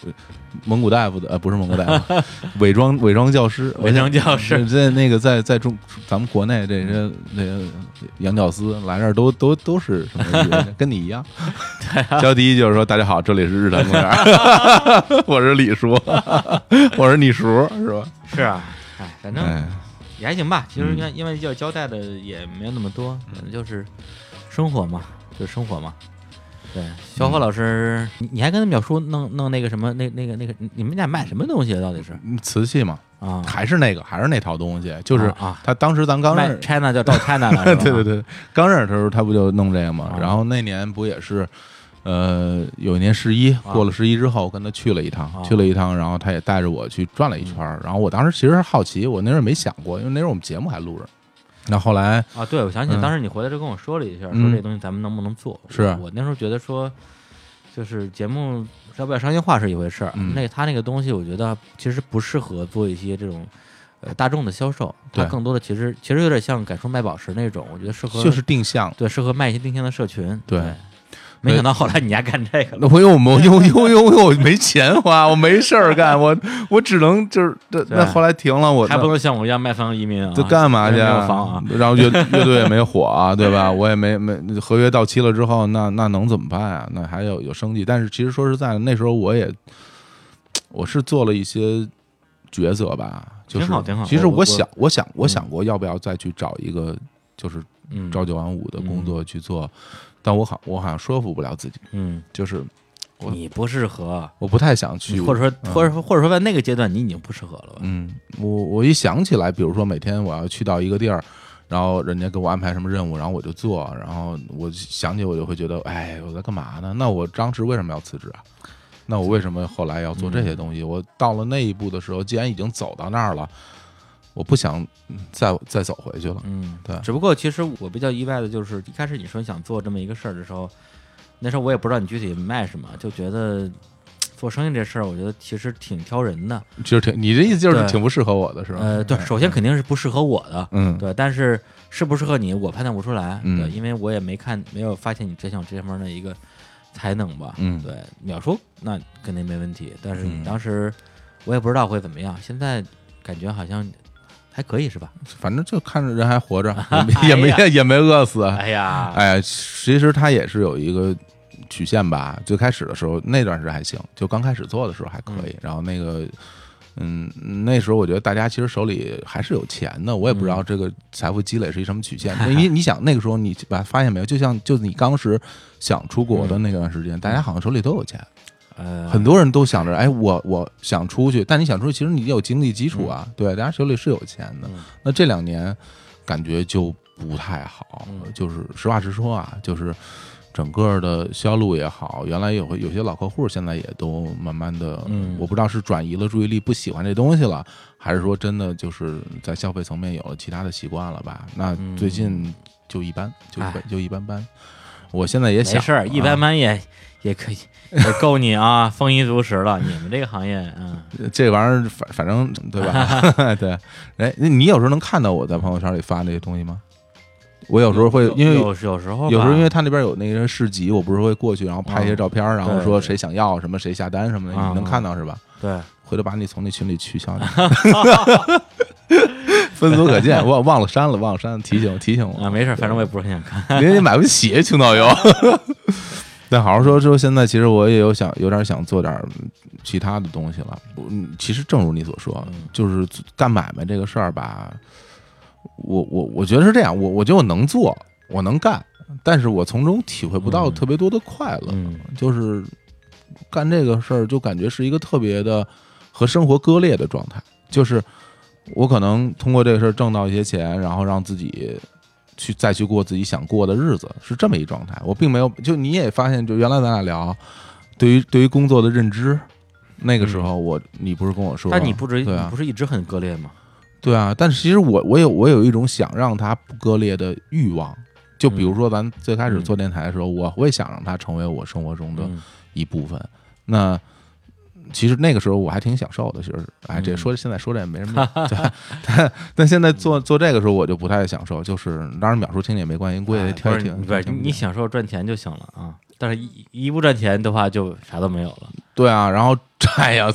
蒙古大夫的，呃，不是蒙古大 夫，伪装伪装教师，
伪装教师
我在那个在在中咱们国内这些那个洋屌丝来这儿都都都是什么 语言，跟你一样。
啊
教第一就是说大家好，这里是日坛公园， 我是李叔，我是你叔，是吧？
是啊，哎，反正
哎，
也还行吧。其
嗯
实因为因为要交代的也没有那么多，可能就是生活嘛，就是生活嘛。对，
嗯
小伙老师，你你还跟淼叔弄弄那个什么，那那个那个，你们俩卖什么东西啊？到底是
瓷器嘛，
啊？
还是那个，还是那套东西，就是
啊啊
他当时咱刚认
卖
识。
China 叫照 China 了，是吧
对对，对，刚认识的时候他不就弄这个嘛
啊？
然后那年不也是，呃，有一年十一
啊
过了十一之后，我跟他去了一趟
啊，嗯
去了一趟，然后他也带着我去转了一圈儿。然后我当时其实好奇，我那时候没想过，因为那时候我们节目还录着。那后来
啊，对，我想起
嗯
当时你回来就跟我说了一下，
嗯
说这东西咱们能不能做？
是
我那时候觉得说，就是节目要不要商业化是一回事儿，
嗯
那他那个东西我觉得其实不适合做一些这种呃大众的销售，它
对
更多的其实其实有点像敢说卖宝石那种，我觉得适合
就是定 向，
对适合卖一些定向的社群。
对
没想到后来你还干这个了，
那我因为我没因为因为因为我没钱花，我没事儿干，我我只能就是这
对
那后来停了，我
还
那
不能像我一样卖房移民啊？
这干嘛去
没
啊？
有房啊？
然 后乐乐队也没火啊，对吧？我也没没合约到期了之后，那那能怎么办啊？那还有有生计，但是其实说实在的，那时候我也我是做了一些抉择吧，就是
挺好挺好
其实
我
我
我
想我想我想过要不要再去找一个就是
嗯，
朝九晚五的工作去做，但我好我好像说服不了自己，
嗯，
就是我
你不适合，
我不太想去，
或者说或者说或者说在那个阶段你已经不适合了吧？
嗯，我我一想起来，比如说每天我要去到一个地儿，然后人家给我安排什么任务，然后我就做，然后我想起我就会觉得，哎，我在干嘛呢？那我当时为什么要辞职啊？那我为什么后来要做这
嗯
些东西？我到了那一步的时候，既然已经走到那儿了，我不想嗯再再走回去了。
嗯，
对
只不过其实我比较意外的就是，一开始你说你想做这么一个事儿的时候，那时候我也不知道你具体卖什么，就觉得嘖做生意这事儿，我觉得其实挺挑人的。
其实挺，你的意思就是
对
挺不适合我的是吧？
呃，对，
哎
首先肯定是不适合我的，
嗯
对，但是适不适合你，我判断不出来，
嗯
对，因为我也没看，没有发现你这项这方面的一个才能吧。
嗯
对，秒叔那肯定没问题，但是你
嗯
当时我也不知道会怎么样，现在感觉好像还可以是吧？
反正就看着人还 活着，也没、
哎呀
也没饿死，
哎呀，
哎，其实它也是有一个曲线吧。最开始的时候那段时间还行，就刚开始做的时候还可以。然后那个，嗯，那时候我觉得大家其实手里还是有钱的，我也不知道这个财富积累是一什么曲线。你你想那个时候你把发现没有？就像就你当时想出国的那段时间，大家好像手里都有钱，
呃，
很多人都想着，哎，我我想出去，但你想出去，其实你有经济基础啊，对，大家手里是有钱的
嗯。
那这两年感觉就不太好，
嗯
就是实话实说啊，就是整个的销路也好，原来有有些老客户现在也都慢慢的，
嗯
我不知道是转移了注意力，不喜欢这东西了，还是说真的就是在消费层面有了其他的习惯了吧？那
嗯
最近就一般，就一
哎
般就一般般。我现在也想
没事儿，一般
啊
般也也可以，也够你啊，丰衣足食了。你们这个行业，嗯，
这玩意儿反反正对吧？ 对，哎，那你有时候能看到我在朋友圈里发这些东西吗？我有时候会，因为
有有时候吧嗯
有时候因为他那边有那个市集，我不是会过去，然后拍一些照片，然后
对
说
对
谁想要什么，谁下单什么的，
啊
你能看到是吧？
对
回头把你从那群里取消掉。分组可见，忘忘了删了，忘了删了，提醒我提醒我
啊，没事儿，反正我也不是很想看。
人家买不起青岛油。 但好好说，之后现在其实我也有想，有点想做点儿其他的东西了。嗯，其实正如你所说
嗯，
就是干买卖这个事儿吧，我我我觉得是这样，我我觉得我能做，我能干，但是我从中体会不到
嗯
特别多的快乐。
嗯，
就是干这个事儿，就感觉是一个特别的和生活割裂的状态。就是我可能通过这个事儿挣到一些钱，然后让自己去再去过自己想过的日子，是这么一状态。我并没有，就你也发现，就原来咱俩聊，对于对于工作的认知，那个时候我你不是跟我说
嗯
吗，
但你不是
对
你
啊
不是一直很割裂吗？
对啊，但是其实我我有我有一种想让它不割裂的欲望。就
嗯
比如说，咱最开始做电台的时候，我会想让它成为我生活中的
嗯
一部分。那其实那个时候我还挺享受的，其实哎，这
嗯
说现在说这也没 什么，对。但但现在做做这个时候，我就不太享受，就是当然秒数听也没关系，估计
哎
挑
不
一
是
听。
你不是
听
你
不
你
听
享受赚钱就行了啊。但是一一不赚钱的话，就啥都没有了。
对啊，然后 哎呀，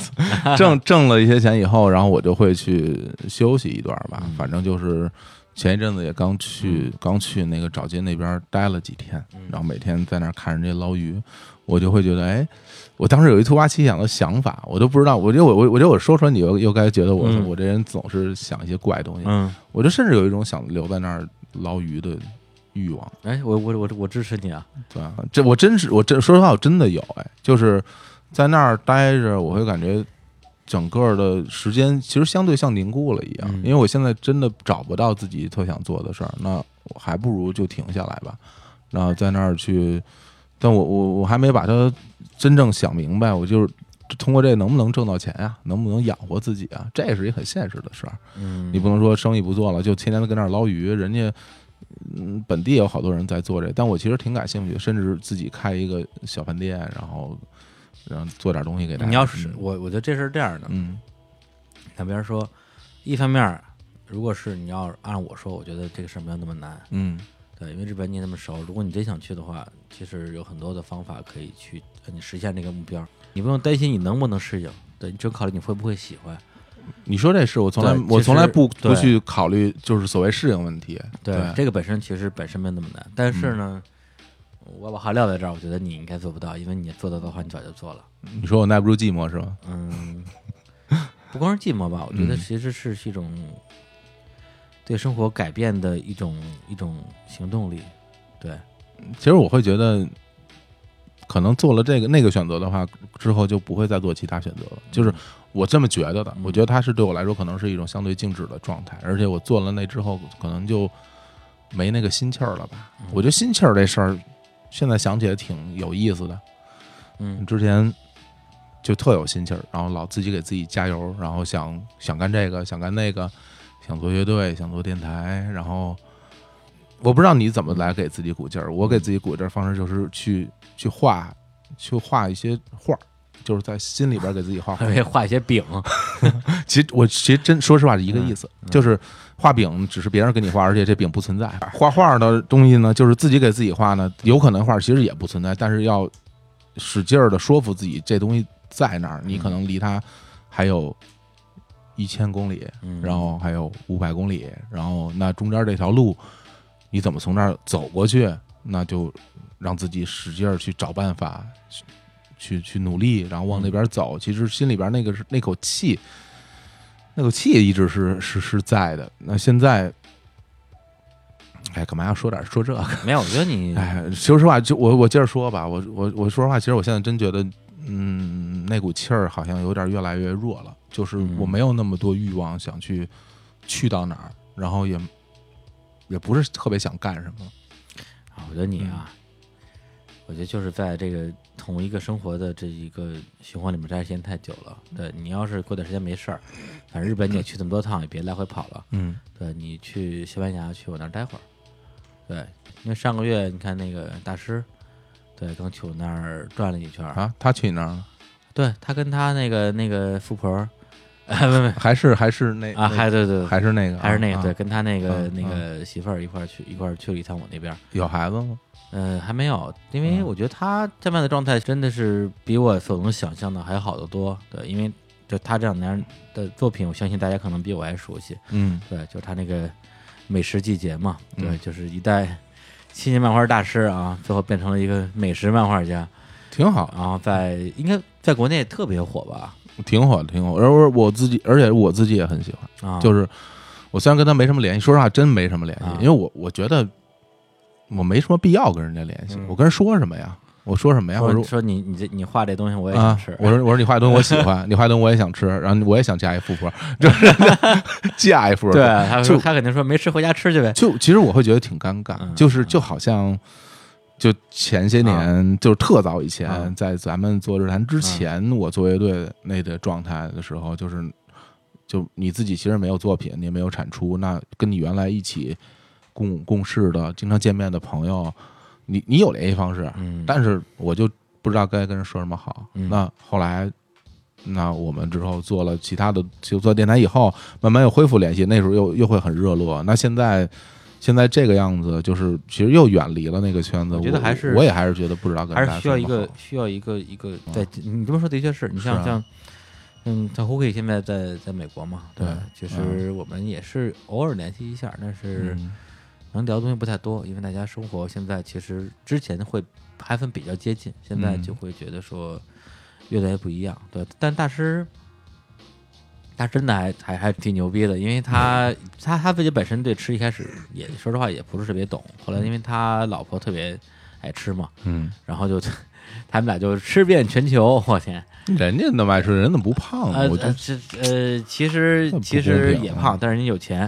挣挣了一些钱以后，然后我就会去休息一段吧
嗯，
反正就是。前一阵子也刚去，刚去那个找街那边待了几天，
嗯
然后每天在那儿看人家捞鱼，我就会觉得，哎，我当时有一突发奇想的想法，我都不知道，我觉得我我我觉得我说出来，你又又该觉得我、
嗯
我这人总是想一些怪东西，
嗯，
我就甚至有一种想留在那儿捞鱼的欲望。
哎，我我我我支持你啊。
对啊，这我真是我真说实话，我真的有哎，就是在那儿待着，我会感觉整个的时间其实相对像凝固了一样，
嗯
因为我现在真的找不到自己特想做的事儿，那我还不如就停下来吧，然后在那儿去，但我我我还没把它真正想明白，我就是。通过这能不能挣到钱呀、能不能养活自己啊？这也是一很现实的事儿。
嗯，
你不能说生意不做了，就天天跟那儿捞鱼，人家。嗯，本地有好多人在做这，但我其实挺感兴趣的，甚至自己开一个小饭店，然后，然后做点东西给大家。
你要是
嗯
我，我觉得这事儿这样的。
嗯
坦白说，一方面儿，如果是你要按我说，我觉得这个事儿没有那么难。
嗯
对，因为日本你也那么熟，如果你真想去的话，其实有很多的方法可以去呃你实现这个目标。你不用担心你能不能适应，对，你只有考虑你会不会喜欢。
你说这事，我从来
对
我
其实
从来不不
对
去考虑，就是所谓适应问题。对，嗯
这个本身其实本身没有那么难，但是呢，我把话撂在这儿，我觉得你应该做不到，因为你做得到的话，你早就做了。
你说我耐不住寂寞是吧？
嗯， 不光是寂寞吧，我觉得
嗯
其实是是一种对生活改变的一种一种行动力。对，
哦其实我会觉得，可能做了这个那个选择的话，之后就不会再做其他选择了。就是我这么觉得的
嗯，
我觉得它是对我来说可能是一种相对静止的状态，而且我做了那之后，可能就没那个心气儿了吧
嗯。
我觉得心气儿这事儿，现在想起来挺有意思的。
嗯
之前就特有心气儿，然后老自己给自己加油，然后想想干这个，想干那个，想做乐队，想做电台，然后我不知道你怎么来给自己鼓劲儿，我给自己鼓劲儿方式就是去去画，去画一些画儿。就是在心里边给自己画画
还，得画一些 饼，
其实我其实真说实话是一个意思，
嗯
就是画饼只是别人给你画，而且这饼不存在。画画的东西呢，就是自己给自己画呢，有可能画其实也不存在，但是要使劲儿的说服自己这东西在那
嗯
儿，你可能离它还有一千公里，
嗯
然后还有五百公里，然后那中间这条路你怎么从这儿走过去？那就让自己使劲儿去找办法，去去去努力，然后往那边走。其实心里边那个是那口气，那口气一直是是是在的。那现在，哎，干嘛要说点说这个？
没有，我觉得你
哎，说实话，就我我接着说吧，我我我说实话，其实我现在真觉得，嗯，那股气儿好像有点越来越弱了，就是
嗯
我没有那么多欲望想去去到哪儿，然后也也不是特别想干什么。
啊，我觉得你
嗯
啊，我觉得就是在这个同一个生活的这一个循环里面待时间太久了。对你要是过段时间没事儿，反正日本你也去这么多趟，也别来回跑了。
嗯
对你去西班牙，去我那儿待会儿。对，因为上个月你看那个大师，对，刚去我那儿转了一圈儿。
啊，他去哪儿了？
对他跟他那个那个富婆 儿，哎，不不
还是还是那
啊，
那
还对对，
还是那个
还是那
啊
个
啊
对，跟他那个
嗯
那个媳妇儿一块儿去一块儿去了一趟我那边儿。
有孩子吗？
嗯，还没有，因为
嗯
我觉得他现在的状态真的是比我所能想象的还好得多。对，因为就他这两年的作品，我相信大家可能比我还熟悉。
嗯
对，就是他那个美食季节嘛，对，
嗯
就是一代青年漫画大师啊，最后变成了一个美食漫画家，
挺好，
然后在应该在国内也特别火吧？
挺好，挺好。而我我自己，而且我自己也很喜欢。
啊，
就是我虽然跟他没什么联系，说实话真没什么联系
啊，
因为我我觉得我没什么必要跟人家联系
嗯，
我跟人说什么呀？我说什么呀？我
说
说
说你你这你画这东西我也想
啊
吃，，
我说我说你画的东西我喜 欢，你画的东西我也想吃，然后我也想嫁一富婆，就是嫁一富婆。
对，他说
就
他肯定说没吃回家吃去呗。
就其实我会觉得挺尴尬，
嗯
就是就好像就前些年，就是特早以前
啊，嗯
在咱们做日坛之前，我做乐队那个状态的时候，就是就你自己其实没有作品，你也没有产出，那跟你原来一起共共事的、经常见面的朋友，你你有联系方式，
嗯，
但是我就不知道该跟人说什么好。
嗯
那后来，那我们之后做了其他的，就做电台以后，慢慢又恢复联系，那时候又又会很热络。那现在。现在这个样子，就是其实又远离了那个圈子。
我
我
觉得还是
我也还是觉得不知道跟
还
大家
是需要
说
一
什么
个
好
需要一个一个
嗯
在你这么说的确是你
是
像
啊
像嗯，像胡 K 现在在在美国嘛，对吧，
对
就是我们也是偶尔联系一下，但是
嗯
能聊的东西不太多，因为大家生活现在其实之前会还分比较接近，现在
嗯
就会觉得说越来越不一样，对，但大师。他真的还还还挺牛逼的，因为
嗯
他他他自己本身对吃一开始也说实话也不是特别懂，后来因为他老婆特别爱吃嘛，
嗯，
然后就他们俩就吃遍全球，我天！
人家那么爱吃，人怎么不胖呢？
呃
嗯我
呃，
就
这呃，其实
那不
其实
公平
也
啊
胖，但是人有钱，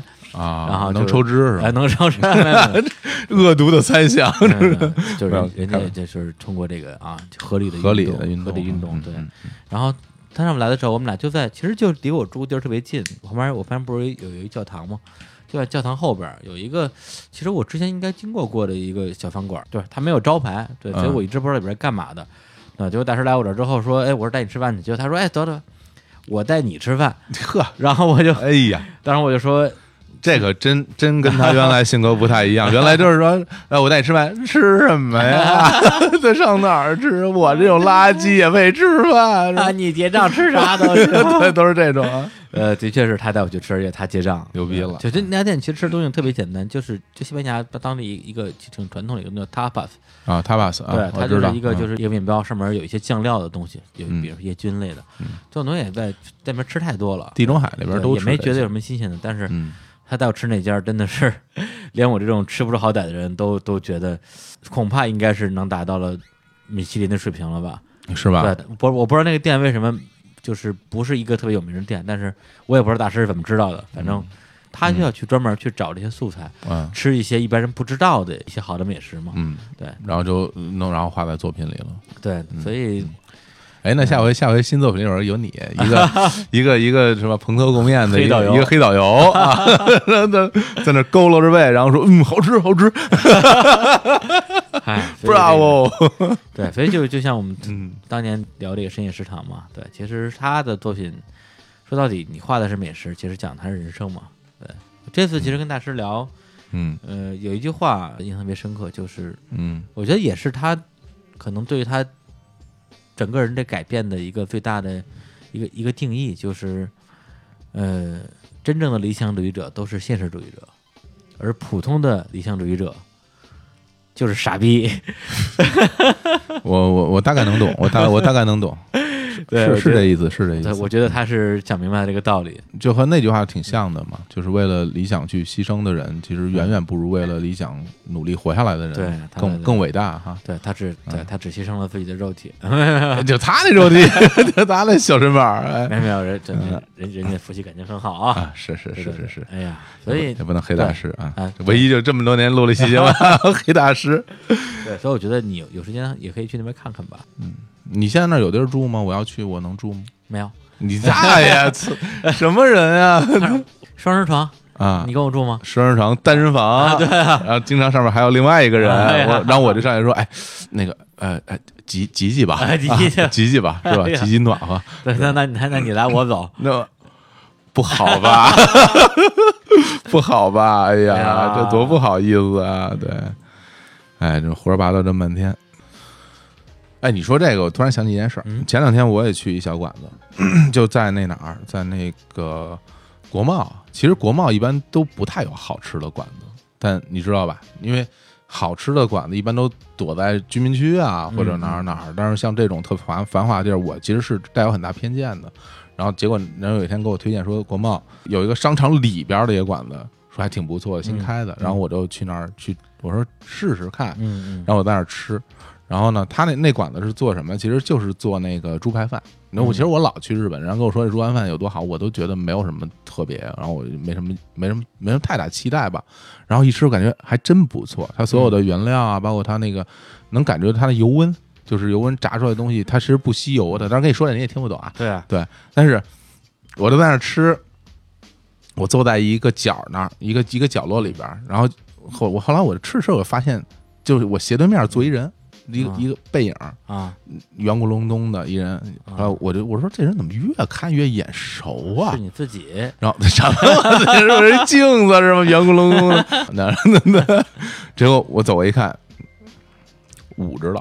呃
啊，
然后就
能抽脂是
呃，
吧？
能超生，没 有没有
恶毒的猜想，
没有没有就是
没有
人人
开
家
玩
就是通过这个啊合理的
合理的
运
运
合
动，
理运动
嗯
对。
嗯
然后他上来的时候，我们俩就在，其实就离我住的地儿特别近，旁边我发现不是有有一教堂吗？就在教堂后边儿有一个，其实我之前应该经过过的一个小饭馆儿，对，它没有招牌，对，所以
嗯
我一直不知道里边儿干嘛的。啊，结果大师来我这儿之后说，哎，我说带你吃饭去，结果他说，哎，得得，我带你吃饭。
呵，
然后我就，
哎呀，
当时我就说，
这个真真跟他原来性格不太一 样，原来就是说，呃，我带你吃饭，吃什么 呀？在上哪儿吃？我这种垃圾也配吃饭？
啊，
是
你结账吃啥都行。
吧 对，都是这种啊。
呃，的确是他带我去吃，而且他结账，呃
牛逼了
就这那家店其实吃的东西特别简单，就是就西班牙当地一个挺传统的一个叫 tapas，
啊，他把死
对
啊，，
它
我
就
知
是
道
一个就
嗯
是一个面包，上面有一些酱料的东西，有
嗯
比如叶菌类的，这种东西也在在那边吃太多了，
地中海那边
对
都
也没
吃
觉得有什
这
么新鲜的。但是
些嗯，
他带我吃那家，真的是 连我这种吃不出好歹的人都都觉得，恐怕应该是能达到了米其林的水平了吧？
是吧？
对，不，我不知道那个店为什么就是不是一个特别有名的店，但是我也不知道大师是怎么知道的，反正他就要去专门去找这些素材，
嗯
吃一些一般人不知道的一些好的美食嘛。
嗯，
对
然后就弄，然后画在作品里了。
对，所以
哎，那下回下回新作品里边有你一 个一个一个什么蓬头垢面的
黑
一
导
个
游
一个黑导游啊， 在那在那佝偻着背，然后说嗯好吃好吃嗯
哎，所以这 个
，bravo，
对，所以就就像我们
哦嗯
当年聊这个深夜食堂嘛，对，其实他的作品说到底，你画的是美食，其实讲的还是人生嘛。对，这次其实跟大师聊，
嗯
呃，有一句话印象特别深刻，就是
嗯
我觉得也是他可能对于他整个人的改变的一个最大的一个一个定义，就是呃，真正的理想主义者都是现实主义者，而普通的理想主义者就是傻逼。
我我我大概能懂，我大我大概能懂，
对
是
我觉
是
得
这意思，是这意
对，
思，
我觉得他是讲明白了这个道理。
就和那句话挺像的嘛，就是为了理想去牺牲的人，其实远远不如为了理想努力活下来的人
对他们
更更伟大哈。
对他只
嗯
对他只牺牲了自己的肉体，
就他那种地，就他那小身板儿，
没
哎
有没有人真的人人家夫妻感情很好啊，
啊，是是
对
是
对
是
对
是。
哎呀，所以
也不能黑大师啊
啊
唯一就这么多年录了一期节目 黑大师。
对，所以我觉得你有有时间也可以去那边看看吧。
你现在那儿有地儿住吗？我要去，我能住吗？
没有
你大爷， 操什么人呀？
双人床，
啊
你，跟我住吗？
双人床、单人房，对，然后经常上面还有另外一个人，
啊哎呀
我然后我就上去说，哎，那个，呃，呃，集集集吧，
哎
啊
集集去
集集吧，是吧
哎？呀
集集暖和，
对，那那那那你来我走，
那不好 吧？不好吧？哎
哎呀
呀，这多不好意思啊！对，哎，这胡说八道这么半天。哎，你说这个，我突然想起一件事儿。
嗯
前两天我也去一小馆子， 就在那哪儿，在那个国贸。其实国贸一般都不太有好吃的馆子，但你知道吧？因为好吃的馆子一般都躲在居民区啊，或者哪儿哪儿。但是像这种特繁繁华的地儿，我其实是带有很大偏见的。然后结果人有一天给我推荐说，国贸有一个商场里边的一个馆子，说还挺不错的，新开的。然后我就去那儿去，我说试试看。
嗯
然后我在那儿吃，然然后呢，他那那馆子是做什么？其实就是做那个猪排饭。那我其实我老去日本，然后跟我说这猪排饭有多好，我都觉得没有什么特别，然后我就没什么没什么没什么太大期待吧。然后一吃，我感觉还真不错。它所有的原料啊，包括它那个，能感觉它的油温，就是油温炸出来的东西，它其实不吸油的。当然跟你说的你也听不懂啊，
对啊，
但是我就在那儿吃，我坐在一个角那儿，一个一个角落里边儿，然后后我后来我吃的时候，我发现就是我斜对面坐一人，一个、
啊
一个背影，
啊，
圆咕隆咚的一人，
啊
然后我就我说这人怎么越看越眼熟啊
是？你自己，
然后什么？ 这是不是镜子是吗？圆咕隆咚的，那那 那，结果我走过一看，捂着了，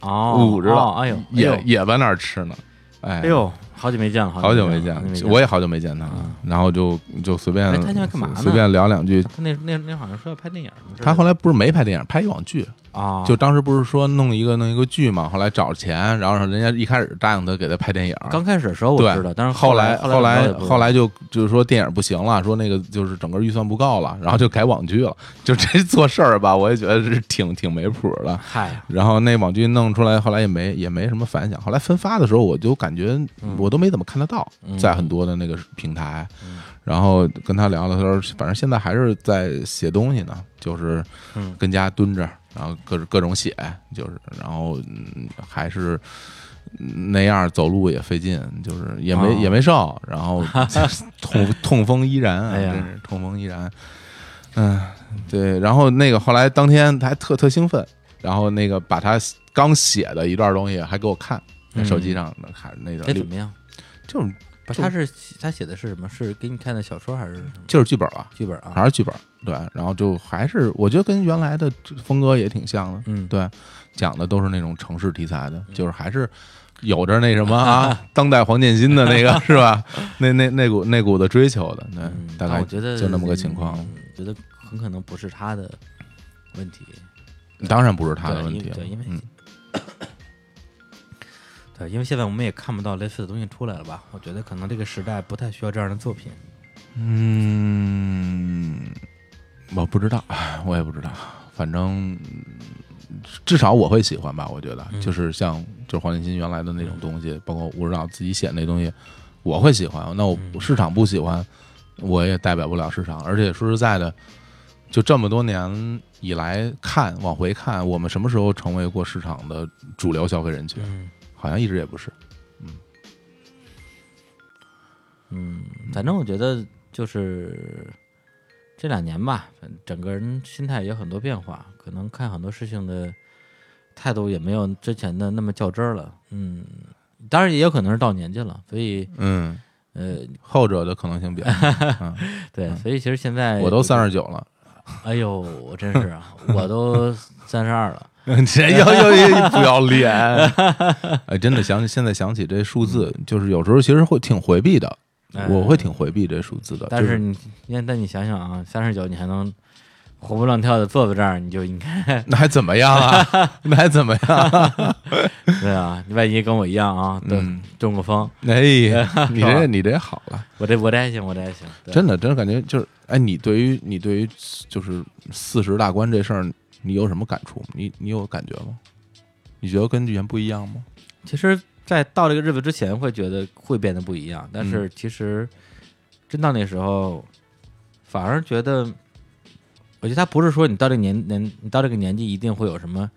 哦，
捂着
哦
了，
哎呦，
也
哎呦
也在那儿吃呢，哎
哎呦，好久没见了，
好久没
没
见
了，嗯
了，我也好久没见他了。然后就就随便
哎他现在干嘛呢
随便聊两句。
他那那那好像说要拍电影什么之类的，
他后来不是没拍电影，拍一网剧。
啊，
就当时不是说弄一个弄一个剧嘛，后来找钱，然后人家一开始答应他给他拍电影。
刚开始的时候我
对
知道，但是
后
来
后
来
来后来就就是说电影不行了，说那个就是整个预算不够了，然后就改网剧了。就这做事儿吧，我也觉得是挺挺没谱的。
嗨，
然后那网剧弄出来，后来也没也没什么反响。后来分发的时候，我就感觉我都没怎么看得到，
嗯
在很多的那个平台。然后跟他聊了，他说反正现在还是在写东西呢，就是
嗯
跟家蹲着，然后各各种写，就是然后嗯还是。嗯那样走路也费劲，就是也没、
哦
也没瘦，然 后痛痛风依然啊，
哎呀
真是痛风依然。嗯，对，然后那个后来当天他还特特兴奋，然后那个把他刚写的一段东西还给我看，在
嗯
手机上看那
哎
段，
怎么样？
就是
不是，
就
他是他写的是什么？是给你看的小说还是什么
就是剧本了，
剧本啊？
还是剧本，对，然后就还是我觉得跟原来的风格也挺像的，
嗯，
对，讲的都是那种城市题材的，就是还是有着那什么 啊，当代黄建新的那 个是吧？那那那股那股的追求的，
嗯
对，大
但
概
我觉得
就那么个情况。
嗯觉得很可能不是他的问题，
当然不是他的
对
问
因
题了，
对因为
嗯
对，因为现在我们也看不到类似的东西出来了吧？我觉得可能这个时代不太需要这样的作品。
嗯，我不知道， 我也不知道，反正至少我会喜欢吧。我觉得、
嗯
就是像就是黄建新原来的那种东西，包括吴指导自己写那东西，我会喜欢。那我
嗯
市场不喜欢，我也代表不了市场。而且说实在的，就这么多年以来看往回看，我们什么时候成为过市场的主流消费人群？
嗯
好像一直也不是。
嗯，反正我觉得就是这两年吧，反整个人心态也有很多变化，可能看很多事情的态度也没有之前的那么较真儿了。嗯，当然也有可能是到年纪了，所以
嗯，
呃，
后者的可能性 比较大。嗯、
对，所以其实现在
我都三
十，
十九了。
哎呦，我真是啊，我都三十二了。
这要要要不要脸？哎，真的想起现在想起这数字，就是有时候其实会挺回避的，
嗯哎
我会挺回避这数字的。
但
就是
你，但但你想想啊，三十九你还能活蹦乱跳的坐在这儿，你就应该
那还怎么 样啊？那还怎么样？
对啊， 你万一跟我一样啊，对，
嗯
中过风，
哎，你这你这好了，
我这我这还行，我这还行，对
真的真的感觉就是，哎，你对于你对于就是四十大关这事儿，你有什么感触？你你有感觉吗？你觉得跟以前不一样吗？
其实，在到这个日子之前，会觉得会变得不一样，但是其实真到那时候，反而觉得，我觉得他不是说你到这个年年，你到这个年纪一定会有什么。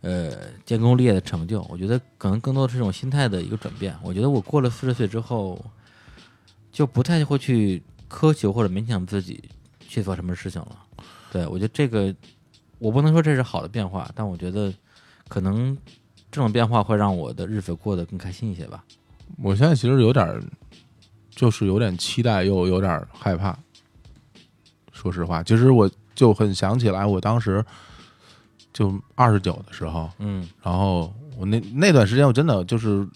呃，建功立业的成就，我觉得可能更多的是这种心态的一个转变。我觉得我过了四十岁之后，就不太会去苛求或者勉强自己去做什么事情了。对我觉得这个，我不能说这是好的变化，但我觉得可能这种变化会让我的日子过得更开心一些吧。
我现在其实有点儿，就是有点期待，又有点儿害怕。说实话，其实我就很想起来，我当时就二十九的时候，
嗯
然后我那那段时间，我真的就是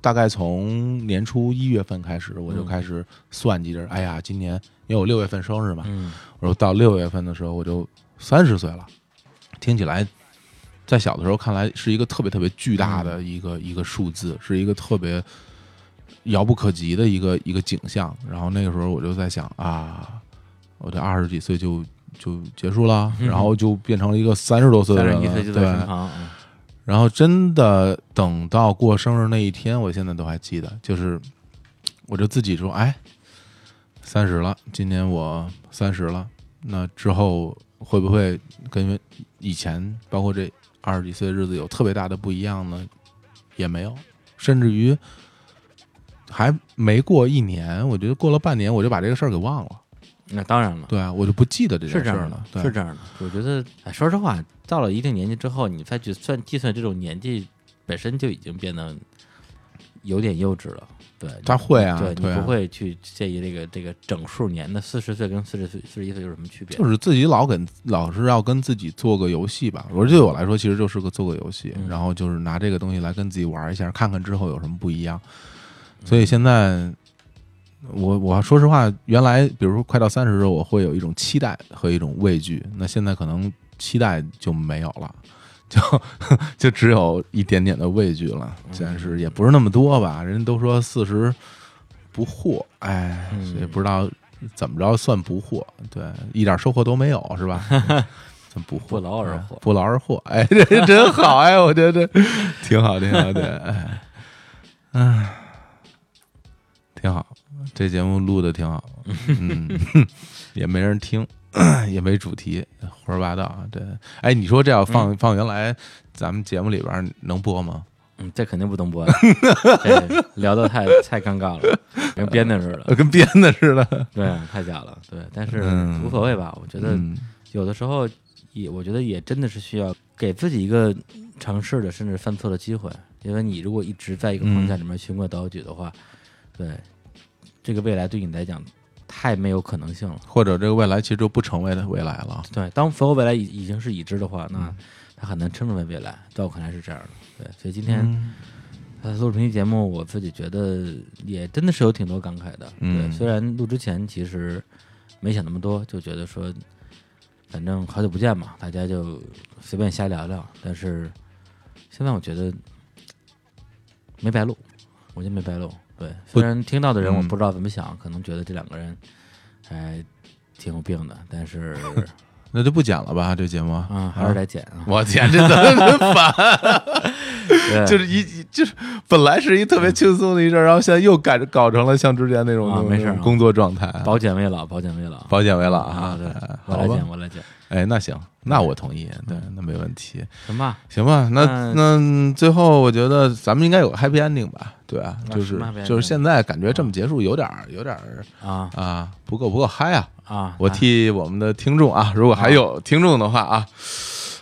大概从年初一月份开始，我就
嗯
开始算计着，哎呀，今年因为我六月份生日嘛，
嗯
我说到六月份的时候，我就三十岁了，听起来，在小的时候看来是一个特别特别巨大
嗯
的一个、一个数字，是一个特别遥不可及的一个一个景象。然后那个时候我就在想啊，我这二十几岁就就结束了，
嗯
然后就变成了一个三十多岁的
三
人
十
了，
一岁就在身
对。
旁，嗯
然后真的等到过生日那一天，我现在都还记得，就是我就自己说，哎，三十了，今年我三十了，那之后会不会跟以前，包括这二十几岁的日子有特别大的不一样呢？也没有，甚至于还没过一年，我觉得过了半年，我就把这个事儿给忘了。
那当然了，
对啊，我就不记得这件
是
事
这
儿
样
了
的。，
对啊
是这样的。我觉得，哎，说实话，到了一定年纪之后，你再去算计算这种年纪，本身就已经变得有点幼稚了。对，
他会啊，
对
对
你
啊
不会去介意这个这个整数年的四十岁跟四十岁、四十一岁有什么区别？
就是自己老跟老是要跟自己做个游戏吧。我觉得对我来说，其实就是个做个游戏，
嗯
然后就是拿这个东西来跟自己玩一下，看看之后有什么不一样。所以现在，我我说实话，原来比如说快到三十的时候，我会有一种期待和一种畏惧。那现在可能期待就没有了。就 就只有一点点的畏惧了，
嗯
但是也不是那么多吧。人家都说四十不惑，哎，
嗯
也不知道怎么着算不惑，对，一点收获都没有，是吧？嗯算不惑，
不劳而获
哎不劳而获，哎，这真好，哎，我觉得这 挺好，挺好，对，哎， 唉挺好，这节目录的挺 好，嗯，也没人听， 也没主题，胡说八道，对，哎，你说这要放、放原来咱们节目里边儿能播吗？
嗯，这肯定不能 播了，这聊的太太尴尬了，跟编的似的。
呃跟编的似的，
对，太假了。对，但是
嗯
无所谓吧。我觉得
嗯
有的时候也，我觉得也真的是需要给自己一个尝试的，甚至犯错的机会。因为你如果一直在一个框架
嗯
里面循规蹈矩的话，对这个未来对你来讲太没有可能性了。
或者这个未来其实就不成为的未来了。
对，当所有未来已已经是已知的话，
嗯
那它很难称之为未来。在我看来是这样的。对，所以今天、
嗯
呃，录这期节目，我自己觉得也真的是有挺多感慨的。
嗯
对，虽然录之前其实没想那么多，就觉得说，反正好久不见嘛，大家就随便瞎聊聊。但是现在我觉得没白录，我觉得没白录。对，
不
虽然听到的人我
嗯
不知道怎么想，可能觉得这两个人还挺有病的，但是
那就不剪了吧，这节目啊
啊，还是得剪啊。
我天，这怎么真烦？啊
对
就是一一就是本来是一特别轻松的一阵儿，然后现在又改搞成了像之前那种
啊没事儿啊
那种工作状态。
保剪未老，保剪未老。
保险为了
啊，对，我
好
来
吧
剪，，我来剪，
哎，那行，那我同意，对，
嗯
那没问题，
行吧。
行吧，
嗯
那那最后我觉得咱们应该有个 happy ending 吧，对啊，
那
就
什
是
么 happy
就是
ending？
现在感觉这么结束有点儿有点儿
啊
啊不够不够嗨啊，
啊！
我替我们的听众啊，如果还有听众的话啊，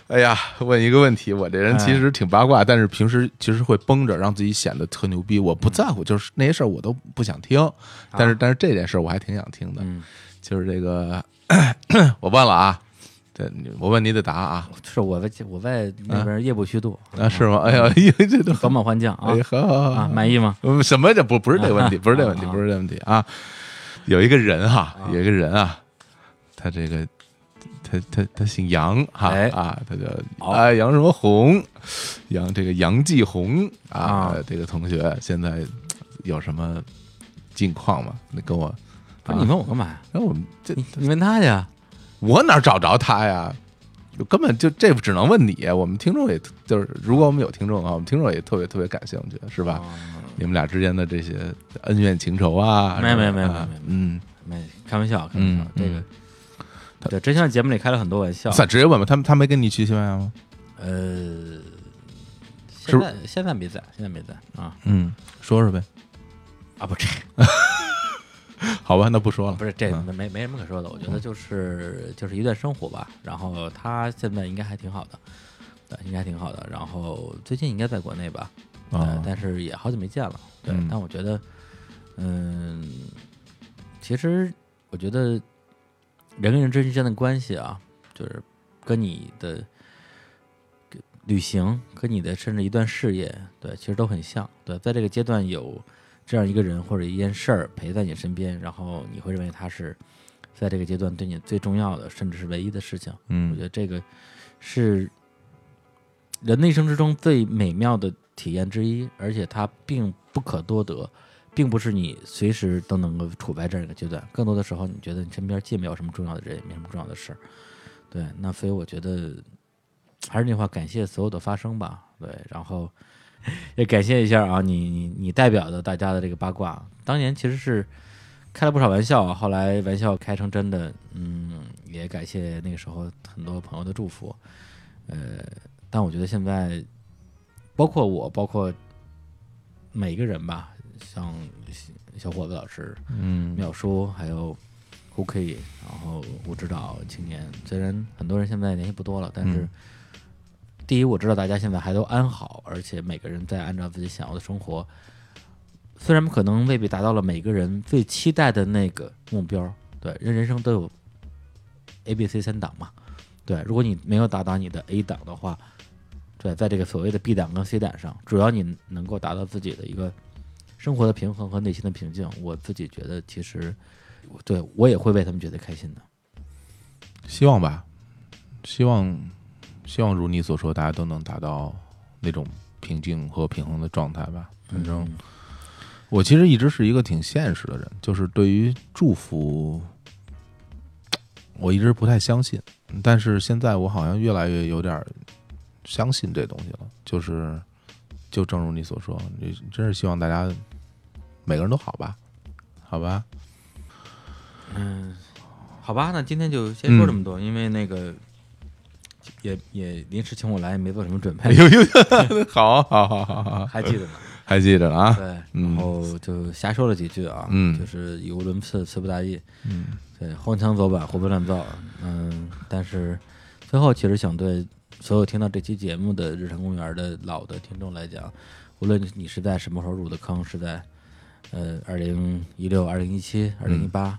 哎呀，问一个问题，我这人其实挺八卦，但是平
哎
时其实会绷着，让自己显得特牛逼。我不在
嗯
乎，就是那些事儿我都不想听，但是但是这件事儿我还挺想听的，
啊嗯，
就是这个 我问了啊，对，我问你得答啊，
是我在我在那边夜不虚度
啊是吗？哎
嗯
呀， 哎呀，这都
早晚换将啊
哎呀好好
啊，
好，
满意吗？
嗯什么叫不不是这个问题，不是这个问题，
啊
不是这个问题啊！有一个人哈，有一个人啊，他这个他他他姓杨哈
哎
啊，他叫
好
啊杨什么红，杨这个杨继红啊
啊，
这个同学现在有什么近况吗？你跟我，
不
哎
是你问我干嘛呀？
那我们这
你你问他去啊。
我哪找着他呀？就根本就这只能问你，我们听众也就是，如果我们有听众啊，我们听众也特别特别感兴趣，是吧？
哦
你们俩之间的这些恩怨情仇啊，
没有没有没有
是吧啊
没有没有
嗯，
没开玩笑，开玩笑
嗯，
这
嗯
个。对，真像节目里开了很多玩笑。
算直接问吧，他们他没跟你去西班牙吗？
呃，现
是不
在现在没在，现在没在啊
嗯，说说呗，
啊！不，这
好吧，那不说了，
不是这
嗯
没没没什么可说的。我觉得就是就是一段生活吧。然后他现在应该还挺好的，对，应该挺好的。然后最近应该在国内吧？
啊
呃，，但是也好久没见了。对，
嗯
但我觉得，嗯，其实我觉得人跟人之间的关系啊，就是跟你的跟旅行，跟你的甚至一段事业，对，其实都很像。对，在这个阶段有这样一个人或者一件事儿陪在你身边，然后你会认为他是在这个阶段对你最重要的，甚至是唯一的事情。我觉
嗯
得这个是人的一生之中最美妙的体验之一，而且它并不可多得，并不是你随时都能够处在这样一个阶段。更多的时候，你觉得你身边既没有什么重要的人，也没什么重要的事儿。对，那所以我觉得还是那句话，感谢所有的发生吧。对，然后也感谢一下啊，你你你代表的大家的这个八卦，当年其实是开了不少玩笑啊，后来玩笑开成真的，嗯，也感谢那个时候很多朋友的祝福，呃，但我觉得现在包括我，包括每个人吧，像小伙子老师，
嗯
秒叔，还有 h o k i 然后我知道青年，虽然很多人现在联系不多了，但是、
嗯
第一，我知道大家现在还都安好，而且每个人在按照自己想要的生活，虽然可能未必达到了每个人最期待的那个目标，对，人人生都有 A、B、C 三档嘛，对，如果你没有达到你的 A 档的话，对，在这个所谓的 B 档跟 C 档上，只要你能够达到自己的一个生活的平衡和内心的平静，我自己觉得其实，我对我也会为他们觉得开心的。
希望吧，希望希望如你所说，大家都能达到那种平静和平衡的状态吧。反正
嗯
我其实一直是一个挺现实的人，就是对于祝福，我一直不太相信。但是现在我好像越来越有点儿相信这东西了，就是就正如你所说，你真是希望大家每个人都好吧，好吧？
嗯，好吧，那今天就先说这么多，因为那个也也临时请我来，也没做什么准备，
呦，好好好好好，
还记得呢。
还记着了啊？
对，
嗯
然后就瞎说了几句啊，
嗯
就是语无伦次，词不达意，
嗯
对，荒腔走板，胡编乱造，嗯，但是最后其实想对所有听到这期节目的日常公园的老的听众来讲，无论你是在什么时候入的坑，是在呃二零一六、二零一七、二零一八、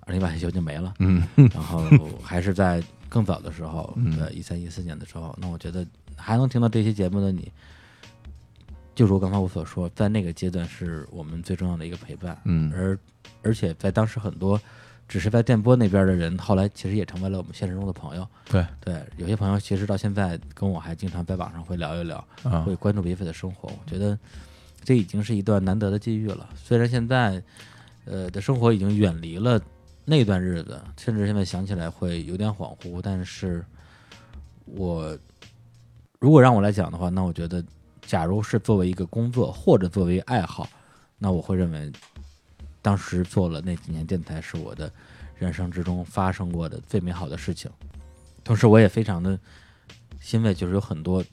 二零一八就已经没了，
嗯，
然后还是在更早的时候，对，一三一四年的时候，那我觉得还能听到这期节目的你，就如刚才我所说，在那个阶段是我们最重要的一个陪伴，
嗯
而而且在当时很多只是在电波那边的人，后来其实也成为了我们现实中的朋友，
对
对，有些朋友其实到现在跟我还经常在网上会聊一聊，
啊，
会关注彼此的生活。我觉得这已经是一段难得的际遇了。虽然现在呃的生活已经远离了那段日子，甚至现在想起来会有点恍惚，但是我如果让我来讲的话，那我觉得，假如是作为一个工作或者作为爱好，那我会认为，当时做了那几年电台是我的人生之中发生过的最美好的事情。同时，我也非常的欣慰，就是有很多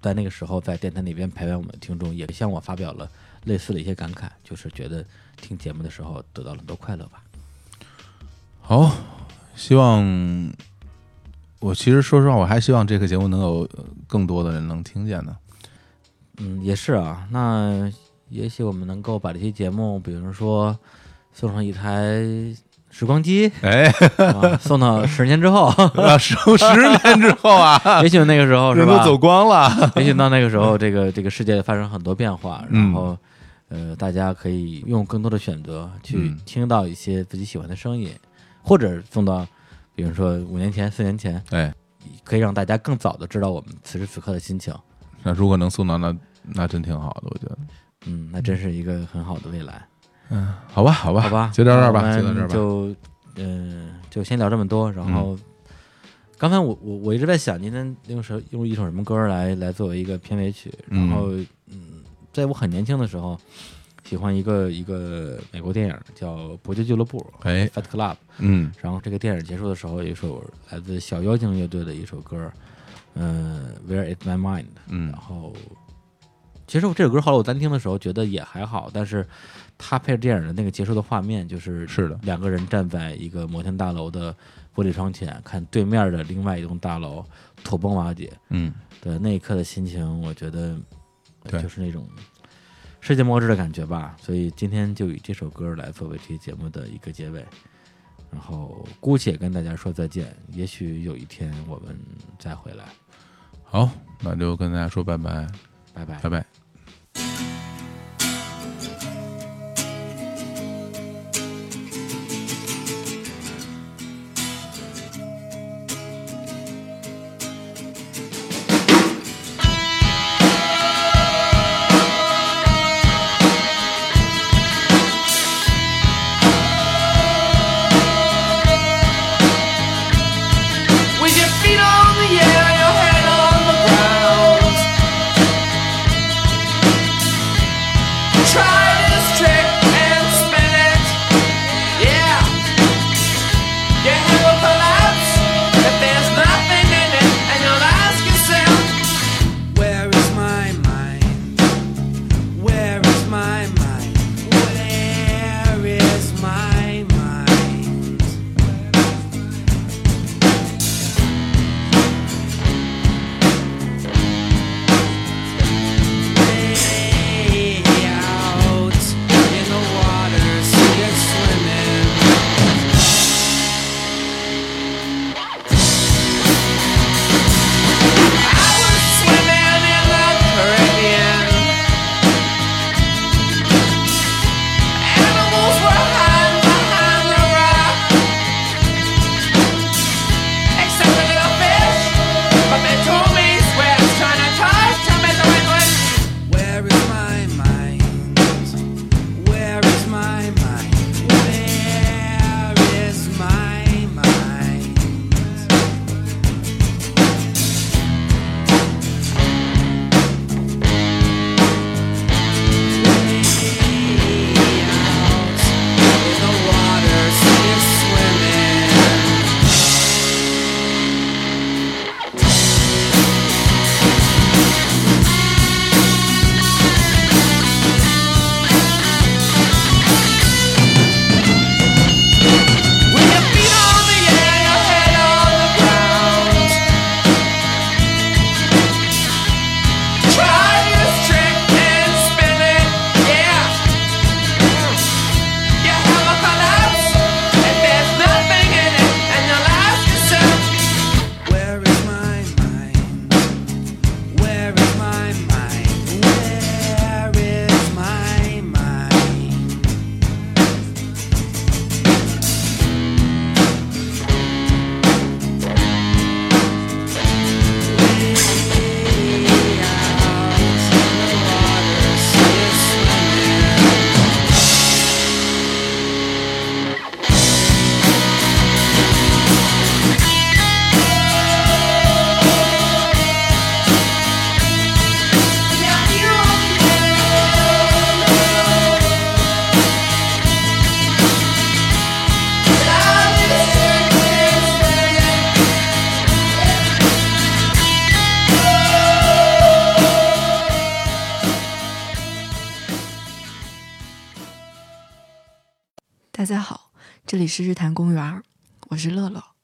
在那个时候在电台里边陪伴我们的听众，也向我发表了类似的一些感慨，就是觉得听节目的时候得到了很多快乐吧。
好，希望我其实说实话，我还希望这个节目能有呃更多的人能听见呢。
嗯，也是啊。那也许我们能够把这期节目，比如说送上一台时光机，
哎，
啊、 送到十年之后，
啊十十年之后啊，
也许那个时候是
人都
吧？
走光了。
也许到那个时候，这个这个世界发生很多变化，然
嗯
后。呃，大家可以用更多的选择去
嗯
听到一些自己喜欢的声音，或者送到，比如说五年前、四年前，
哎，
可以让大家更早的知道我们此时此刻的心情。
那如果能送到那，那真挺好的，我觉得。
嗯，那真是一个很好的未来，
嗯，好吧，好吧，
好吧？
就到这儿吧
啊那，我
就到
们
这儿吧。嗯
就嗯、就先聊这么多。然后，刚才我我我一直在想，今天用什用一首什么歌来来作为一个片尾曲。然
嗯
后，嗯，在我很年轻的时候，喜欢一个一个美国电影叫《搏击俱乐部》
哎，
（Fight Club）。
嗯
然后这个电影结束的时候，有一首来自小妖精乐队的一首歌，嗯、w h e r e Is My Mind》。
嗯
然后，其实我这首歌后来我单听的时候觉得也还好，但是它配着电影的那个结束的画面，就是
是的
两个人站在一个摩天大楼的玻璃窗前，看对面的另外一栋大楼土崩瓦解
嗯，
的那一刻的心情，我觉得呃
对
就是那种世界末日的感觉吧。所以今天就以这首歌来作为这期节目的一个结尾。然后姑且跟大家说再见，也许有一天我们再回来，
好，那就跟大家说拜拜，
拜拜
拜。拜。
With your feet on the air, your head on the ground.
大家好，这里是日坛公园，我是乐乐。